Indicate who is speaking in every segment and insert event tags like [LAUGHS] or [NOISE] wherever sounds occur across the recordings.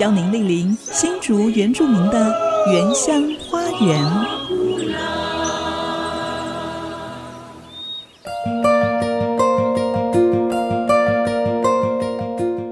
Speaker 1: 邀您莅临新竹原住民的原乡花园。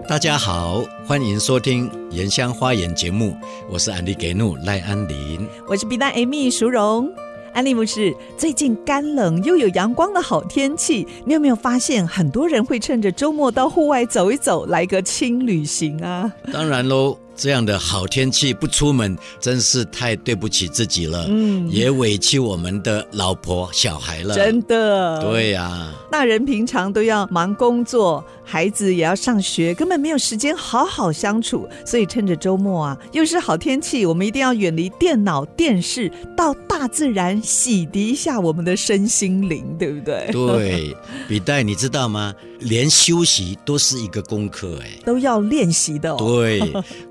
Speaker 2: 大家好，欢迎收听《原乡花园》节目，我是安利给怒赖安林。
Speaker 1: 我是 B 站 Amy 淑荣。安利牧师，最近干冷又有阳光的好天气，你有没有发现很多人会趁着周末到户外走一走，来个轻旅行啊？
Speaker 2: 当然喽，这样的好天气不出门，真是太对不起自己了，嗯，也委屈我们的老婆小孩了。
Speaker 1: 真的，，
Speaker 2: 对呀、
Speaker 1: 大人平常都要忙工作，孩子也要上学，根本没有时间好好相处。所以趁着周末啊，又是好天气，我们一定要远离电脑、电视，到大自然洗涤一下我们的身心灵，对不对？ [LAUGHS]
Speaker 2: 对，笔袋你知道吗？连休息都是一个功课哎。
Speaker 1: 都要练习的、哦。
Speaker 2: 对，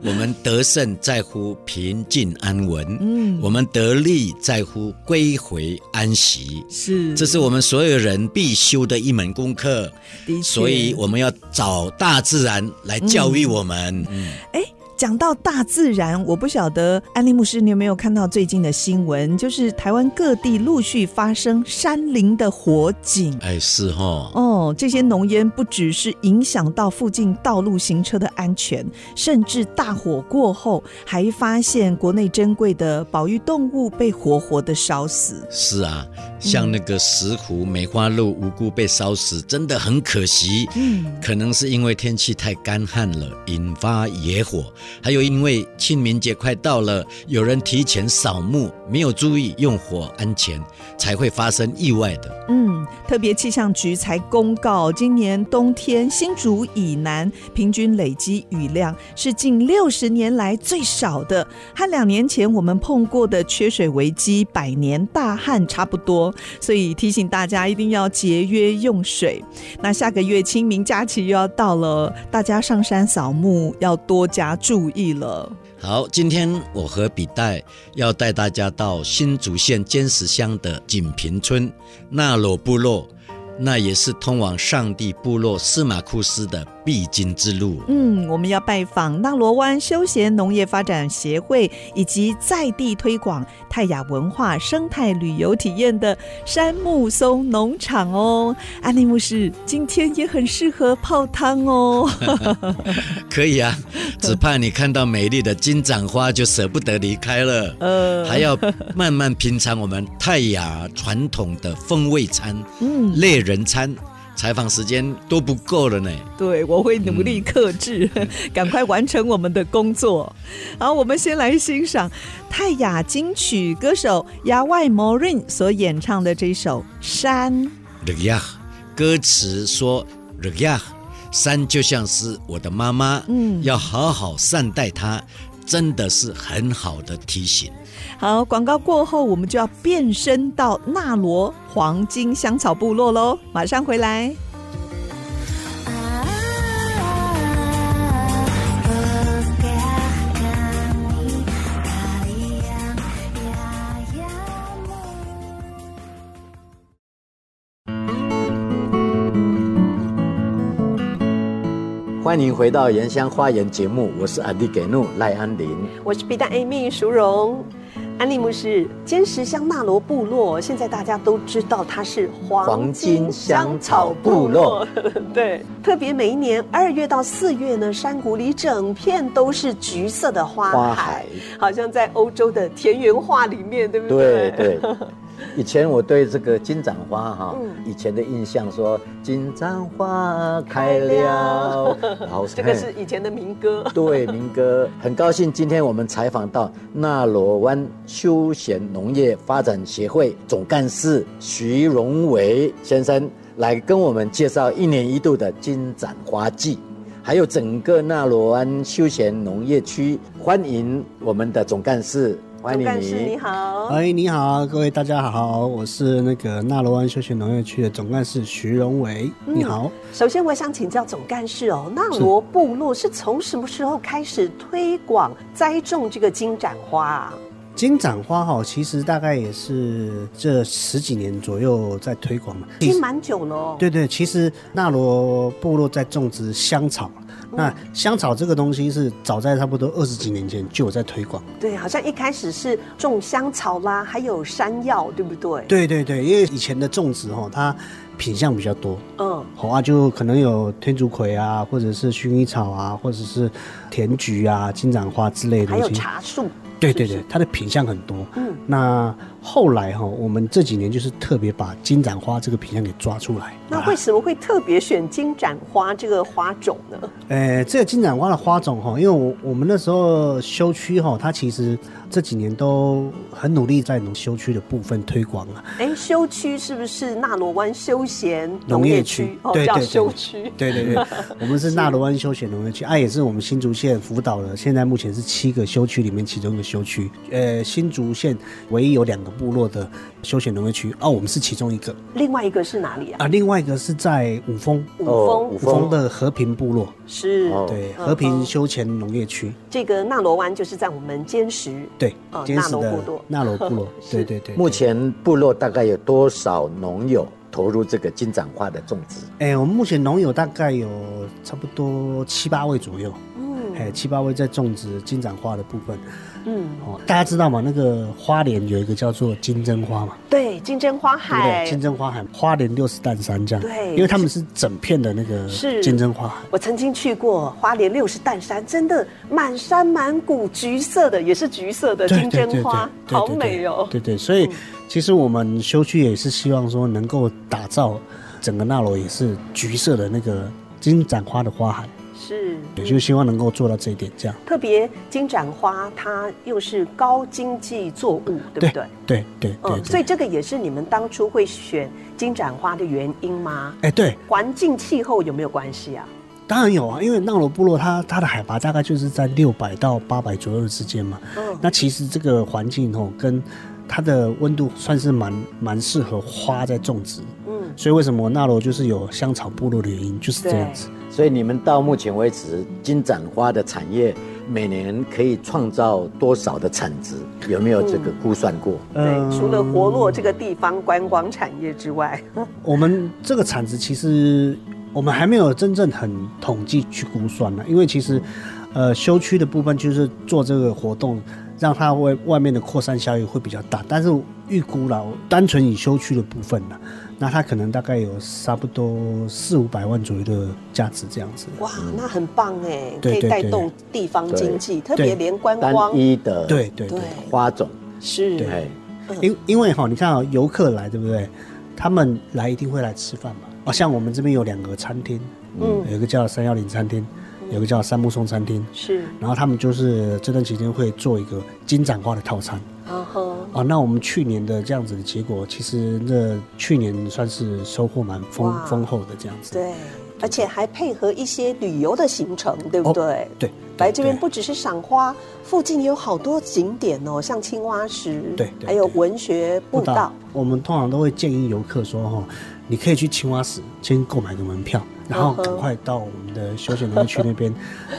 Speaker 2: 我们得胜在乎平静安稳，
Speaker 1: 嗯
Speaker 2: 我们得力在乎归回安息。
Speaker 1: 是，
Speaker 2: 这是我们所有人必修的一门功课，
Speaker 1: 的确。
Speaker 2: 所以我们要找大自然来教育我们。嗯
Speaker 1: 哎，讲到大自然，我不晓得安利牧师，你有没有看到最近的新闻？就是台湾各地陆续发生山林的火警。
Speaker 2: 哎，是哈、
Speaker 1: 哦，这些浓烟不只是影响到附近道路行车的安全，甚至大火过后还发现国内珍贵的保育动物被活活的烧死。
Speaker 2: 是啊，像那个石斛、梅花鹿无辜被烧死，真的很可惜。
Speaker 1: 嗯，
Speaker 2: 可能是因为天气太干旱了，引发野火；还有因为清明节快到了，有人提前扫墓，没有注意用火安全，才会发生意外的。
Speaker 1: 嗯，特别气象局才公告，今年冬天新竹以南平均累积雨量是近六十年来最少的，和两年前我们碰过的缺水危机、百年大旱差不多。所以提醒大家一定要节约用水。那下个月清明假期又要到了，大家上山扫墓要多加注意了。
Speaker 2: 好，今天我和笔袋要带大家到新竹县尖石乡的锦屏村纳鲁部落，那也是通往上帝部落司马库斯的必经之
Speaker 1: [LAUGHS]
Speaker 2: 路。
Speaker 1: 嗯，我们要拜访纳罗湾休闲农业发展协会以及在地推广泰雅文化生态旅游体验的山木松农场哦。安利牧师今天也很适合泡汤哦。
Speaker 2: 可以啊，只怕你看到美丽的金盏花就舍不得离开了。
Speaker 1: [LAUGHS] 呃，
Speaker 2: 还要慢慢品尝我们泰雅传统的风味餐、
Speaker 1: 嗯，
Speaker 2: 猎人餐。采访时间都不够了呢。
Speaker 1: [LAUGHS] 对，我会努力克制， [LAUGHS] 赶快完成我们的工作。好，我们先来欣赏泰雅金曲歌手牙外 Morin 所演唱的这首《山》。
Speaker 2: r y a 歌词说 r y a 山就像是我的妈妈，
Speaker 1: 嗯
Speaker 2: 要好好善待她，真的是很好的提醒。
Speaker 1: 好，广告过后，我们就要变身到纳罗黄金香草部落喽，马上回来。
Speaker 2: 欢迎回到《原乡花园》节目，我是阿迪给怒赖安林。
Speaker 1: 我是 B 站 Amy 淑荣。安利牧师，坚石乡纳罗部落，现在大家都知道它是黄
Speaker 2: 黄金香草部落。
Speaker 1: [LAUGHS] 对，特别每一年二月到四月呢，山谷里整片都是橘色的花海，
Speaker 2: 花海
Speaker 1: 好像在欧洲的田园画里面，对不
Speaker 2: 对
Speaker 1: 对？
Speaker 2: 对，以前我对这个金盏花哈、
Speaker 1: 嗯
Speaker 2: 以前的印象说金盏花开了，
Speaker 1: [LAUGHS]
Speaker 2: 然后
Speaker 1: 这个是以前的民歌。
Speaker 2: 对民歌。很高兴今天我们采访到纳罗湾休闲农业发展协会总干事徐荣伟先生，来跟我们介绍一年一度的金盏花季。
Speaker 3: 还有整个纳罗湾休闲农业区，欢迎我们的总干事，欢
Speaker 1: 钟
Speaker 3: 迎
Speaker 1: 干事
Speaker 3: 你
Speaker 1: 你。好，
Speaker 4: 哎，你好，各位大家好，我是那个纳罗湾休闲农业区的总干事徐荣伟，你好。
Speaker 1: 首先我想请教总干事哦，纳罗部落是从什么时候开始推广栽种这个金盏花啊？
Speaker 4: 金盏花哈，其实大概也是这十几年左右在推广嘛。
Speaker 1: 已经蛮久了哦。
Speaker 4: 对对，其实纳罗部落在种植香草，那香草这个东西是早在差不多二十几年前就有在推广。
Speaker 1: 对，好像一开始是种香草啦，还有山药，对不对？，
Speaker 4: 对对对，因为以前的种植哈，它品相比较多，
Speaker 1: 嗯，
Speaker 4: 好啊，就可能有天竺葵啊，或者是薰衣草啊，或者是甜菊啊、金盏花之类的
Speaker 1: 还
Speaker 4: 东西。
Speaker 1: 有茶树，
Speaker 4: 对对
Speaker 1: 是不
Speaker 4: 对，它的品相很多。
Speaker 1: 嗯
Speaker 4: 那后来哈、我们这几年就是特别把金盏花这个品相给抓出来。
Speaker 1: 那
Speaker 4: 把它
Speaker 1: 为什么会特别选金盏花这个花种呢？
Speaker 4: 呃，这个金盏花的花种哈，因为我我们那时候修区哈，它其实这几年都很努力在农修区的部分推广啊。
Speaker 1: 哎，休区是不是纳罗湾休闲
Speaker 4: 农
Speaker 1: 业
Speaker 4: 业
Speaker 1: 区
Speaker 4: 区？
Speaker 1: 哦，
Speaker 4: 对
Speaker 1: 叫
Speaker 4: 对对
Speaker 1: 休区。
Speaker 4: 对对
Speaker 1: [LAUGHS]
Speaker 4: 对，我们是纳罗湾休闲农业区，啊，也是我们新竹县辅导的，现在目前是七个休区里面其中一个休区。呃，新竹县唯一有两个部落的休闲农业区，啊，我们是其中一个
Speaker 1: 另外一个是哪里啊？
Speaker 4: 啊，另外一个是在五峰。
Speaker 1: 五
Speaker 3: 哦
Speaker 1: 峰
Speaker 3: 五
Speaker 4: 五峰的和平部落，
Speaker 1: 是
Speaker 3: 哦
Speaker 4: 对，
Speaker 1: 嗯
Speaker 4: 和平休闲农业区，
Speaker 1: 这个纳罗湾，就是在我们坚实。
Speaker 4: 对
Speaker 1: 哦，
Speaker 4: 坚实
Speaker 1: 纳罗
Speaker 4: 的
Speaker 1: 部落
Speaker 4: 纳罗部落
Speaker 1: [LAUGHS] ，是
Speaker 4: 对对对。
Speaker 3: 目
Speaker 4: 对，
Speaker 3: 前部落大概有多少农友投入这个金盏花的种植？
Speaker 4: 哎，我们目前农友大概有差不多七八位左右，
Speaker 1: 嗯
Speaker 4: 哎，七八位在种植金盏花的部分。
Speaker 1: 嗯，
Speaker 4: 哦，大家知道吗？那个花莲有一个叫做金针花嘛，
Speaker 1: 对，金针花
Speaker 4: 对不
Speaker 1: 海
Speaker 4: 对？金针花海，花莲六十担山这样。
Speaker 1: 对
Speaker 4: 因为他们是整片的那个
Speaker 1: 是
Speaker 4: 金针花海。
Speaker 1: 我曾经去过花莲六十担山，真的满山满谷橘色的，也是橘色的
Speaker 4: 对
Speaker 1: 金针花，
Speaker 4: 对对对对
Speaker 1: 好美哦。
Speaker 4: 对对对，所以
Speaker 1: 嗯
Speaker 4: 其实我们修区也是希望说能够打造整个纳罗也是橘色的那个金盏花的花海，
Speaker 1: 是，
Speaker 4: 也就希望能够做到这一点，这样。
Speaker 1: 特别金盏花，它又是高经济作物，对不对？
Speaker 4: 对对对
Speaker 1: 嗯，所
Speaker 4: 对
Speaker 1: 以。这个也是你们当初会选金盏花的原因吗？
Speaker 4: 哎，对，
Speaker 1: 环境气候有没有关系啊？
Speaker 4: 当然有啊，因为纳罗部落它它的海拔大概就是在六百到八百左右的之间嘛。
Speaker 1: 嗯，
Speaker 4: 那其实这个环境哦，跟它的温度算是蛮蛮适合花在种植，
Speaker 1: 嗯，
Speaker 4: 所以为什么纳罗就是有香草部落的原因就是这样子。
Speaker 3: 所以你们到目前为止，金盏花的产业每年可以创造多少的产值？有没有这个估算过？
Speaker 4: 嗯
Speaker 1: 对，除了活络这个地方观光产业之外，
Speaker 4: 我们这个产值其实我们还没有真正很统计去估算呢，因为其实，呃，休区的部分就是做这个活动，让它外外面的扩散效益会比较大。但是预估啦，我单纯以休区的部分呢，那它可能大概有差不多四五百万左右的价值这样子。
Speaker 1: 哇，那很棒哎，可
Speaker 4: 嗯对
Speaker 1: 以
Speaker 4: 对
Speaker 1: 带
Speaker 4: 对
Speaker 1: 动地方
Speaker 3: 对
Speaker 1: 经济，特别连观
Speaker 3: 单
Speaker 1: 光，
Speaker 3: 一的
Speaker 4: 对对
Speaker 1: 对
Speaker 4: 对，，
Speaker 3: 花种，
Speaker 1: 是，
Speaker 3: 哎，
Speaker 4: 因因为哈、你看啊、游客来对不对？他们来一定会来吃饭嘛。哦，像我们这边有两个餐厅，
Speaker 1: 嗯，
Speaker 4: 有一个叫三幺零餐厅，有一个叫三木松餐厅。
Speaker 1: 是，
Speaker 4: 然后他们就是这段期间会做一个金盏花的套餐
Speaker 1: 嗯哼，
Speaker 4: 啊。那我们去年的这样子的结果，其实那去年算是收获蛮
Speaker 1: 哇
Speaker 4: 丰丰厚的这样子。
Speaker 1: 对，而且还配合一些旅游的行程，对不
Speaker 4: 哦
Speaker 1: 对？
Speaker 4: 对，
Speaker 1: 来这边
Speaker 4: 对
Speaker 1: 不只是赏花，附近也有好多景点哦，像青蛙石，
Speaker 4: 对对
Speaker 1: 还有
Speaker 4: 对
Speaker 1: 文学步道，，
Speaker 4: 我们通常都会建议游客说哈、哦，你可以去青蛙石先购买个门票，然后
Speaker 1: 嗯哼
Speaker 4: 赶快到我们的休闲农业区那
Speaker 1: [LAUGHS]
Speaker 4: 边，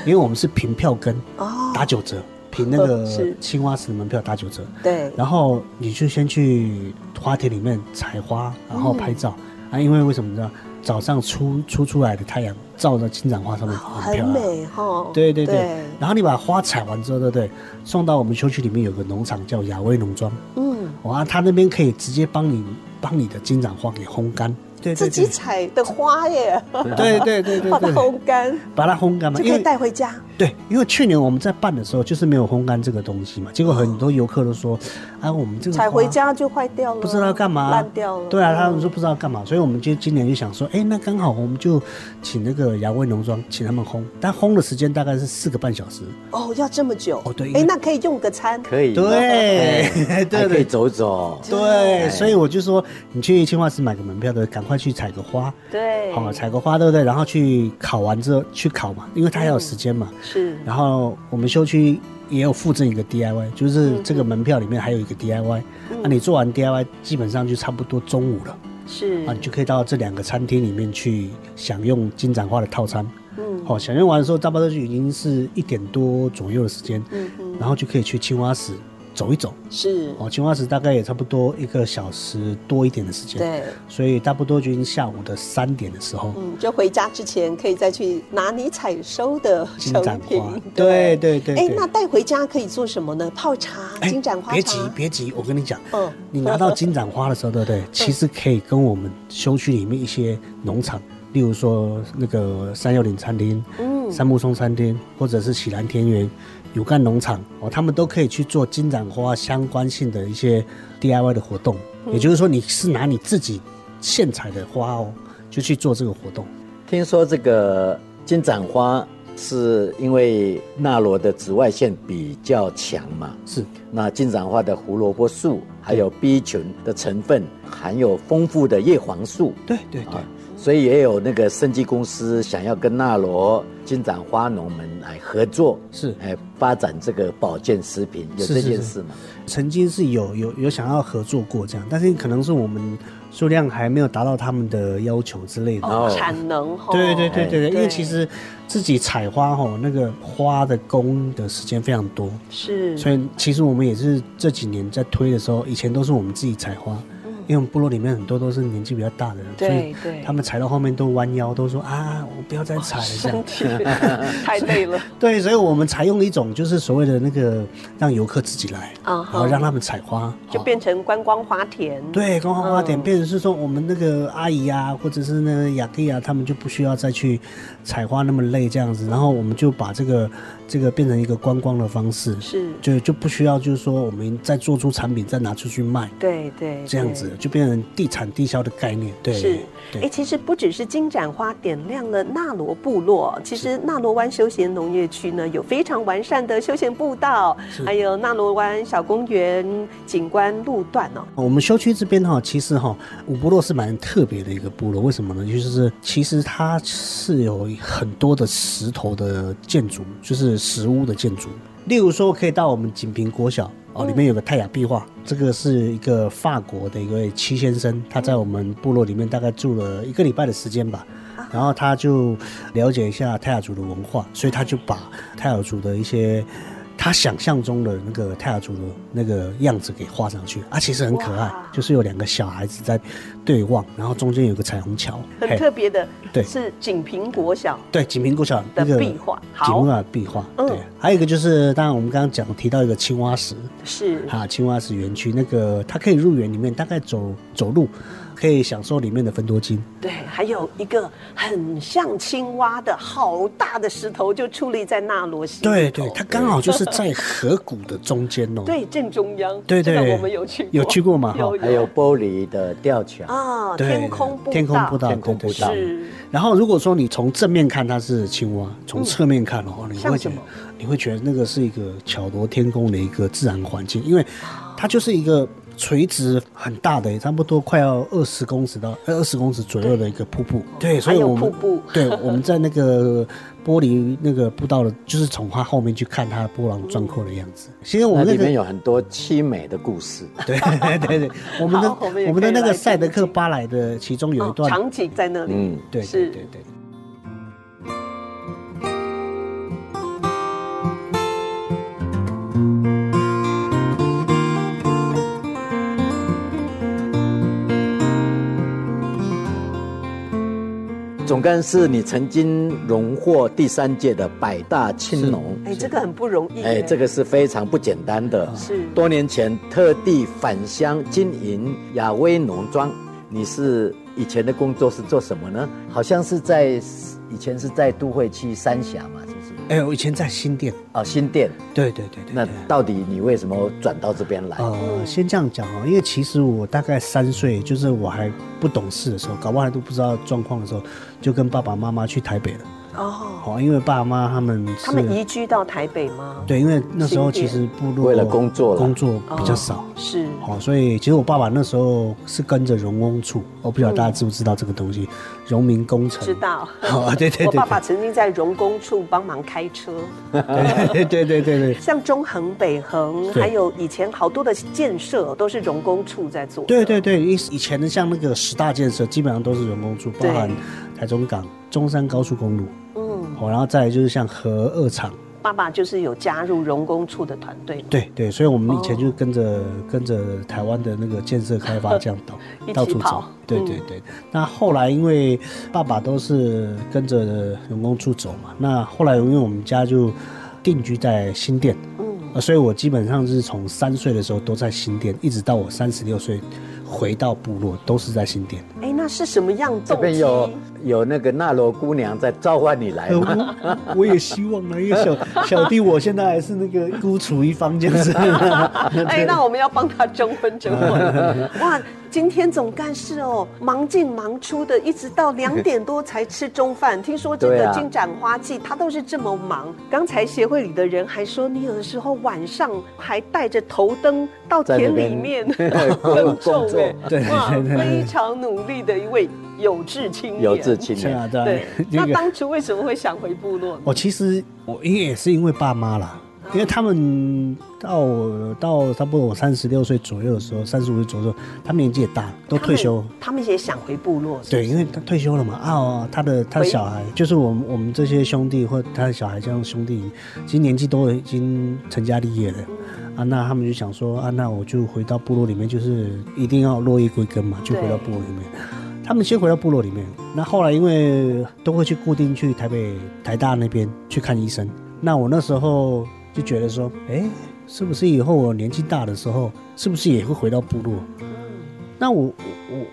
Speaker 4: 因为我们是凭票根
Speaker 1: 哦，
Speaker 4: 打九折，凭那
Speaker 1: [LAUGHS] 是
Speaker 4: 个青蛙石的门票打九折。
Speaker 1: 对，
Speaker 4: 然后你就先去花田里面采花，然后拍
Speaker 1: 嗯
Speaker 4: 照、啊，因为为什么呢？早上出出出来的太阳照在金盏花上面，很
Speaker 1: 很
Speaker 4: 漂亮。
Speaker 1: 美哈，
Speaker 4: 对对对，然后你把花采完之后，对不对？送到我们休区里面有个农场叫雅威农庄，
Speaker 1: 嗯，
Speaker 4: 哇，他那边可以直接帮你帮你的金盏花给烘干，对
Speaker 1: 自
Speaker 4: 对
Speaker 1: 己
Speaker 4: 对，
Speaker 1: 采的花耶，
Speaker 4: 对对对对
Speaker 1: 把 [LAUGHS] 它
Speaker 4: 对，
Speaker 1: 烘干
Speaker 4: 把它烘干嘛，
Speaker 1: 就
Speaker 4: 因
Speaker 1: 可以
Speaker 4: 为
Speaker 1: 带回家，
Speaker 4: 对，因为去年我们在办的时候就是没有烘干这个东西嘛，结果很多游客都说，啊，我们这个
Speaker 1: 采回
Speaker 4: 花
Speaker 1: 家就坏掉了，
Speaker 4: 不知道干嘛，
Speaker 1: 烂掉了，
Speaker 4: 对啊，他们
Speaker 1: 嗯
Speaker 4: 说不知道干嘛，所以我们就今年就想说，哎、那刚好我们就请那个雅威农庄请他们烘，但烘的时间大概是四个半小时。
Speaker 1: 哦，要这么久，
Speaker 4: 哦对因
Speaker 1: 哎，
Speaker 4: 为
Speaker 1: 那可以用个餐，
Speaker 3: 可以，
Speaker 4: 对
Speaker 3: 哎
Speaker 4: 对
Speaker 3: 还可
Speaker 4: [LAUGHS]
Speaker 3: 以
Speaker 4: 对
Speaker 3: 走走，
Speaker 4: 对，所以我就说，你去青花石买个门票的，赶快去采个花，
Speaker 1: 对，
Speaker 4: 好、采个花，对不对？然后去烤完之后去烤嘛，因为它还有时间嘛。
Speaker 1: 是，
Speaker 4: 然后我们休区也有附赠一个 DIY，就是
Speaker 1: 嗯
Speaker 4: 这个门票里面还有一个 DIY，那、你做完 DIY 基本上就差不多中午了
Speaker 1: 是
Speaker 4: 啊，你就可以到这两个餐厅里面去享用金盏花的套餐。
Speaker 1: 嗯
Speaker 4: 哦，享用完的时候，差不多就已经是一点多左右的时间，
Speaker 1: 嗯嗯，
Speaker 4: 然后就可以去青花池走一走。
Speaker 1: 是，
Speaker 4: 哦，青花池大概也差不多一个小时多一点的时间，
Speaker 1: 对，
Speaker 4: 所以差不多就已经下午的三点的时候。
Speaker 1: 嗯，就回家之前可以再去拿你采收的
Speaker 4: 金
Speaker 1: 成
Speaker 4: 盏
Speaker 1: 品
Speaker 4: 花，，对。对对
Speaker 1: 哎，
Speaker 4: 对。
Speaker 1: 那带回家可以做什么呢？泡茶，
Speaker 4: 哎
Speaker 1: 金嗯盏花
Speaker 4: 别
Speaker 1: 茶
Speaker 4: 急。别急，我跟你讲，
Speaker 1: 嗯
Speaker 4: 你拿到金盏花的时候，对不
Speaker 1: [LAUGHS]
Speaker 4: 对？其实可以跟我们休区里面一些农场，例如说那个三幺零餐厅、
Speaker 1: 嗯
Speaker 4: 三木松餐厅，或者是喜兰田园、有干农场哦，他们都可以去做金盏花相关性的一些 DIY 的活动。
Speaker 1: 嗯
Speaker 4: 也就是说，你是拿你自己现采的花哦，就去做这个活动。
Speaker 2: 听说这个金盏花是因为纳罗的紫外线比较强嘛，
Speaker 4: 是
Speaker 2: 那金盏花的胡萝卜素还有 B 群的成分含有丰富的叶黄素，
Speaker 4: 对对对
Speaker 2: 啊，所以也有那个生技公司想要跟纳罗金盏花农们来合作，
Speaker 4: 是
Speaker 2: 哎，发展这个保健食品，有
Speaker 4: 是
Speaker 2: 这
Speaker 4: 是
Speaker 2: 件
Speaker 4: 是
Speaker 2: 事吗？
Speaker 4: 曾经是有有有想要合作过这样，但是可能是我们数量还没有达到他们的要求之类的。
Speaker 1: 哦
Speaker 2: 哦，
Speaker 1: 产能哈。
Speaker 4: 对对对对对，
Speaker 1: 哎
Speaker 4: 因为其实自己采花吼，那个花的工的时间非常多，
Speaker 1: 是，
Speaker 4: 所以其实我们也是这几年在推的时候，以前都是我们自己采花，因为我们部落里面很多都是年纪比较大的人，所
Speaker 1: 嗯对
Speaker 4: 以
Speaker 1: 对哦
Speaker 4: 他们采到后面都弯腰，都说啊，我不要再采了这样
Speaker 1: 身。体太累
Speaker 4: [LAUGHS]
Speaker 1: 了。
Speaker 4: 对，所以我们采用一种就是所谓的那个让游客自己来，
Speaker 1: 啊
Speaker 4: 然
Speaker 1: 哈
Speaker 4: 后嗯让他们采花，
Speaker 1: 就
Speaker 4: 哦
Speaker 1: 变成观光花田。
Speaker 4: 对，光花花点
Speaker 1: 嗯
Speaker 4: 变成是说，我们那个阿姨啊，或者是那个雅克啊，他们就不需要再去采花那么累这样子，然后我们就把这个这个变成一个观光的方式，
Speaker 1: 是，
Speaker 4: 就就不需要就是说我们再做出产品再拿出去卖，
Speaker 1: 对对，
Speaker 4: 这样
Speaker 1: 对
Speaker 4: 子就变成地产地销的概念，对，
Speaker 1: 嗯是，哎、
Speaker 4: 对，
Speaker 1: 其实不只是金盏花点亮了纳罗部落，其实纳罗湾休闲农业区呢有非常完善的休闲步道，还有纳罗湾小公园景观路段哦。
Speaker 4: 我们休区这边哈，其实哈，五部落是蛮特别的一个部落，为什么呢？就是其实它是有很多的石头的建筑，就是石屋的建筑。例如说，可以到我们锦屏国小哦，
Speaker 1: 嗯
Speaker 4: 里面有个泰雅壁画，这个是一个法国的一位戚先生，他在我们部落里面大概住了一个礼拜的时间吧。
Speaker 1: 啊
Speaker 4: 然后他就了解一下泰雅族的文化，所以他就把泰雅族的一些他想象中的那个泰雅族的那个样子给画上去啊，其实很可爱
Speaker 1: 哇，
Speaker 4: 就是有两个小孩子在对望，然后中间有个彩虹桥，
Speaker 1: 很
Speaker 4: 嘿
Speaker 1: 特别的，
Speaker 4: 对
Speaker 1: 是锦屏国小
Speaker 4: 对，锦屏古小
Speaker 1: 的
Speaker 4: 那个
Speaker 1: 壁画
Speaker 4: 锦
Speaker 1: 好
Speaker 4: 屏古小壁画，
Speaker 1: 嗯
Speaker 4: 对，还有一个就是，当然我们刚刚讲提到一个青蛙石，
Speaker 1: 是
Speaker 4: 啊，青蛙石园区那个它可以入园里面，大概走走路可以享受里面的分多金，
Speaker 1: 对，还有一个很像青蛙的好大的石头就矗立在纳罗西里头，
Speaker 4: 对对，它刚好就是在河谷的中间哦，
Speaker 1: 对正中央，
Speaker 4: 对
Speaker 1: 这个
Speaker 4: 对
Speaker 1: 我们有去过
Speaker 4: 有去过嘛哈
Speaker 1: 有
Speaker 2: 还有玻璃的吊桥，
Speaker 1: 啊，
Speaker 4: 对，
Speaker 1: 天空步道，
Speaker 4: 天空步道，
Speaker 2: 天空
Speaker 4: 对对
Speaker 2: 步道
Speaker 4: 对
Speaker 1: 是。
Speaker 4: 然后如果说你从正面看它是青蛙，从侧面看哦，你
Speaker 1: 像
Speaker 4: 会
Speaker 1: 什
Speaker 4: 觉得
Speaker 1: 么
Speaker 4: 你会觉得那个是一个巧夺天工的一个自然环境，因为它就是一个垂直很大的，差不多快要二十公尺到二十公尺左右的一个瀑布。对，所以
Speaker 1: 还有
Speaker 4: 我们
Speaker 1: 瀑布
Speaker 4: 对我们在那个玻璃那个步道的，就是从它后面去看它波浪壮阔的样子。其实我
Speaker 2: 那
Speaker 4: 们那
Speaker 2: 里面
Speaker 4: 个。
Speaker 2: 有很多凄美的故事。
Speaker 4: 对 [LAUGHS]
Speaker 1: [LAUGHS]
Speaker 4: 对对，我们的
Speaker 1: 好我们也
Speaker 4: 我们的
Speaker 1: 可以
Speaker 4: 那
Speaker 1: 来
Speaker 4: 个塞德
Speaker 1: 跟
Speaker 4: 克
Speaker 1: 进
Speaker 4: 巴莱的，其中有一
Speaker 1: 哦
Speaker 4: 段
Speaker 1: 场景在那里。
Speaker 2: 嗯，
Speaker 4: 对对
Speaker 1: 是
Speaker 4: 对对。
Speaker 2: 总干事，你曾经荣获第三届的百大青农，
Speaker 1: 哎，这个很不容易。
Speaker 2: 哎，这个是非常不简单的。
Speaker 1: 嗯是
Speaker 2: 多年前特地返乡经营雅威农庄，你是以前的工作是做什么呢？好像是在以前是在都会区三峡嘛，是不是？
Speaker 4: 哎，我以前在新店，
Speaker 2: 哦，新店。
Speaker 4: 对对对对。
Speaker 2: 那
Speaker 4: 对
Speaker 2: 到底你为什么转到这边来？
Speaker 4: 呃，先这样讲哦，因为其实我大概三岁，就是我还不懂事的时候，搞不好还都不知道状况的时候，就跟爸爸妈妈去台北了。
Speaker 1: 哦，
Speaker 4: 哦，因为爸妈他们是
Speaker 1: 他们移居到台北吗？
Speaker 4: 对，因为那时候其
Speaker 1: 新
Speaker 4: 实部落
Speaker 2: 为了工作啦
Speaker 4: 工作比较
Speaker 1: 哦
Speaker 4: 少。
Speaker 1: 是
Speaker 4: 哦，所以其实我爸爸那时候是跟着荣工处，我不晓得大家知不知道这个东西，荣民工程。
Speaker 1: 知。道。
Speaker 4: 哦，对对
Speaker 1: 我
Speaker 4: 对
Speaker 1: 爸爸曾经在荣工处帮忙开车，
Speaker 4: [LAUGHS] 对对对对对
Speaker 1: 像中横、北横，
Speaker 4: 对
Speaker 1: 还有以前好多的建设都是荣工处在做的。
Speaker 4: 对对对，以以前的像那个十大建设，基本上都是荣工处，包
Speaker 1: 对
Speaker 4: 含台中港、中山高速公路，
Speaker 1: 嗯，
Speaker 4: 哦，然后再来就是像核二厂，
Speaker 1: 爸爸就是有加入荣工处的团队嘛，
Speaker 4: 对对，所以我们以前
Speaker 1: 哦
Speaker 4: 就跟着、跟着台湾的那个建设开发这样
Speaker 1: 一起
Speaker 4: 到到处
Speaker 1: 跑
Speaker 4: 走，对
Speaker 1: 嗯
Speaker 4: 对对。那后来因为爸爸都是跟着员工处走嘛，那后来因为我们家就定居在新店，
Speaker 1: 嗯，
Speaker 4: 呃所以我基本上是从三岁的时候都在新店，一直到我三十六岁回到部落都是在新店。
Speaker 1: 哎，那是什么样
Speaker 2: 这
Speaker 1: 动
Speaker 2: 边
Speaker 1: 机？
Speaker 2: 有有那个纳罗姑娘在召唤你来
Speaker 4: 呃
Speaker 2: 嘛，
Speaker 4: 我我也希望啊呢，因为小小弟我现在还是那个孤处一方这
Speaker 1: [LAUGHS]
Speaker 4: 样子。
Speaker 2: [LAUGHS]
Speaker 1: 哎，那我们要帮他征婚征婚。哇，今天总干事哦，忙进忙出的，一直到两点多才吃中饭。听说这
Speaker 2: 对
Speaker 1: 个
Speaker 2: 啊
Speaker 1: 金盏花季，他都是这么忙。刚才协会里的人还说，你有的时候晚上还带着头灯到
Speaker 2: 在那
Speaker 1: 田里
Speaker 2: 边
Speaker 1: 面 [LAUGHS]
Speaker 2: 工
Speaker 1: 耕
Speaker 2: 作
Speaker 1: 种，哎，
Speaker 4: 对
Speaker 1: 哇
Speaker 4: 对对，对
Speaker 1: 非常努力的一位有志青年。
Speaker 2: 有志青
Speaker 4: 是
Speaker 2: 年。
Speaker 4: 啊，对啊 [LAUGHS]
Speaker 1: 对，
Speaker 4: 那
Speaker 1: 那
Speaker 4: 个。
Speaker 1: 当初为什么会想回部落呢？
Speaker 4: 我其实我因为也是因为爸妈啦，因为他们到我到差不多我三十六岁左右的时候，三十五岁左右的时候，他们年纪也大了，都
Speaker 1: 他
Speaker 4: 退
Speaker 1: 们
Speaker 4: 休。
Speaker 1: 他们也想回部落。是不
Speaker 4: 对，
Speaker 1: 是
Speaker 4: 因为他退休了嘛，啊、哦，他的他的
Speaker 1: 回
Speaker 4: 小孩，就是我们我们这些兄弟或他的小孩，这样兄弟，其实年纪都已经成家立业了，啊，那他们就想说，啊，那我就回到部落里面，就是一定要落叶归根嘛，就回到
Speaker 1: 对
Speaker 4: 部落里面。他们先回到部落里面，那后来因为都会去固定去台北台大那边去看医生。那我那时候就觉得说，哎、是不是以后我年纪大的时候，是不是也会回到部落？那我我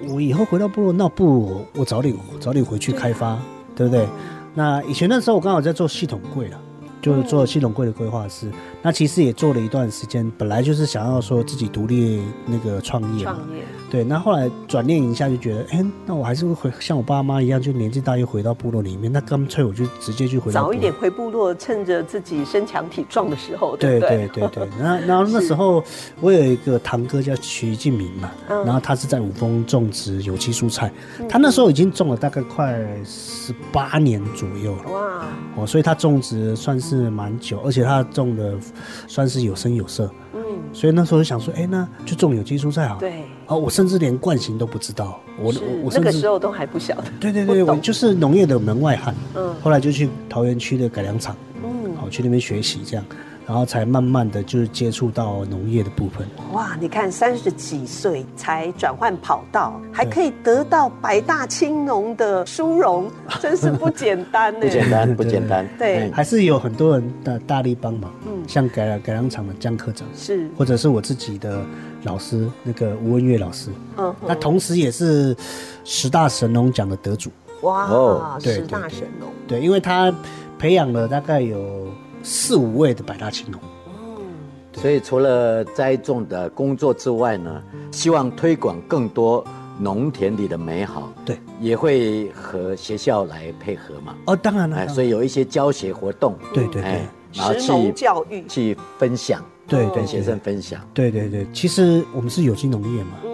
Speaker 4: 我我以后回到部落，那不如我我早点早点回去开发，对不对？那以前那时候我刚好在做系统柜了，就是做系统柜的规划
Speaker 1: 嗯
Speaker 4: 师。那其实也做了一段时间，本来就是想要说自己独立那个创业嘛，
Speaker 1: 创业，
Speaker 4: 对，那后来转念一下就觉得，哎、那我还是会回像我爸妈一样，就年纪大又回到部落里面。那干脆我就直接去回到
Speaker 1: 早
Speaker 4: 部落
Speaker 1: 一点。回部落，趁着自己身强体壮的时候，
Speaker 4: 对
Speaker 1: 不
Speaker 4: 对对对，然后然后那时候我有一个堂哥叫徐进明嘛，
Speaker 1: 嗯
Speaker 4: 然后他是在五峰种植有机蔬菜，他那时候已经种了大概快十八年左右了
Speaker 1: 哇，
Speaker 4: 哦，所以他种植算是蛮久，而且他种的算是有声有色，
Speaker 1: 嗯，
Speaker 4: 所以那时候就想说，哎，那就种有机蔬菜好了。
Speaker 1: 对，
Speaker 4: 哦，我甚至连冠型都不知道，我
Speaker 1: 是
Speaker 4: 我我
Speaker 1: 那
Speaker 4: 甚
Speaker 1: 个
Speaker 4: 至
Speaker 1: 时候都还不
Speaker 4: [LAUGHS]
Speaker 1: 小，
Speaker 4: 对对对，
Speaker 1: 不
Speaker 4: 我
Speaker 1: 懂
Speaker 4: 就是农业的门外汉。
Speaker 1: 嗯
Speaker 4: 后来就去桃园区的改良场，哦
Speaker 1: 嗯，
Speaker 4: 好去那边学习这样，然后才慢慢的就是接触到农业的部分。
Speaker 1: 哇，你看三十几岁才转换跑道，还可以得到百大青农的殊荣，真是不简单
Speaker 4: [LAUGHS]
Speaker 1: 呢。
Speaker 2: 不简单，不简单。
Speaker 1: 对
Speaker 2: 哎
Speaker 4: 还是有很多人的大力帮忙，
Speaker 1: 嗯
Speaker 4: 像改良改良场的江科长，
Speaker 1: 是，
Speaker 4: 或者是我自己的老师那个吴文月老师，
Speaker 1: 嗯哼，
Speaker 4: 那同时也是十大神农奖的得主。
Speaker 1: 哇，
Speaker 2: 哦
Speaker 4: 对
Speaker 1: 十
Speaker 4: 对
Speaker 1: 大
Speaker 4: 对
Speaker 1: 神农，
Speaker 4: 对，因为他培养了大概有四五位的百大青农。
Speaker 1: 嗯，
Speaker 2: 所以除了栽种的工作之外呢，希望推广更多农田里的美好。
Speaker 4: 对，
Speaker 2: 也会和学校来配合嘛。
Speaker 4: 哦，当然了，
Speaker 2: 哎，
Speaker 4: 当然
Speaker 2: 所以有一些教学活动，
Speaker 4: 对对对
Speaker 2: 哎，然后
Speaker 1: 食农
Speaker 2: 去
Speaker 1: 教育
Speaker 2: 去分享，
Speaker 4: 对
Speaker 2: 跟
Speaker 4: 对
Speaker 2: 学生分享。
Speaker 4: 对对对，其实我们是有机农业嘛，
Speaker 1: 嗯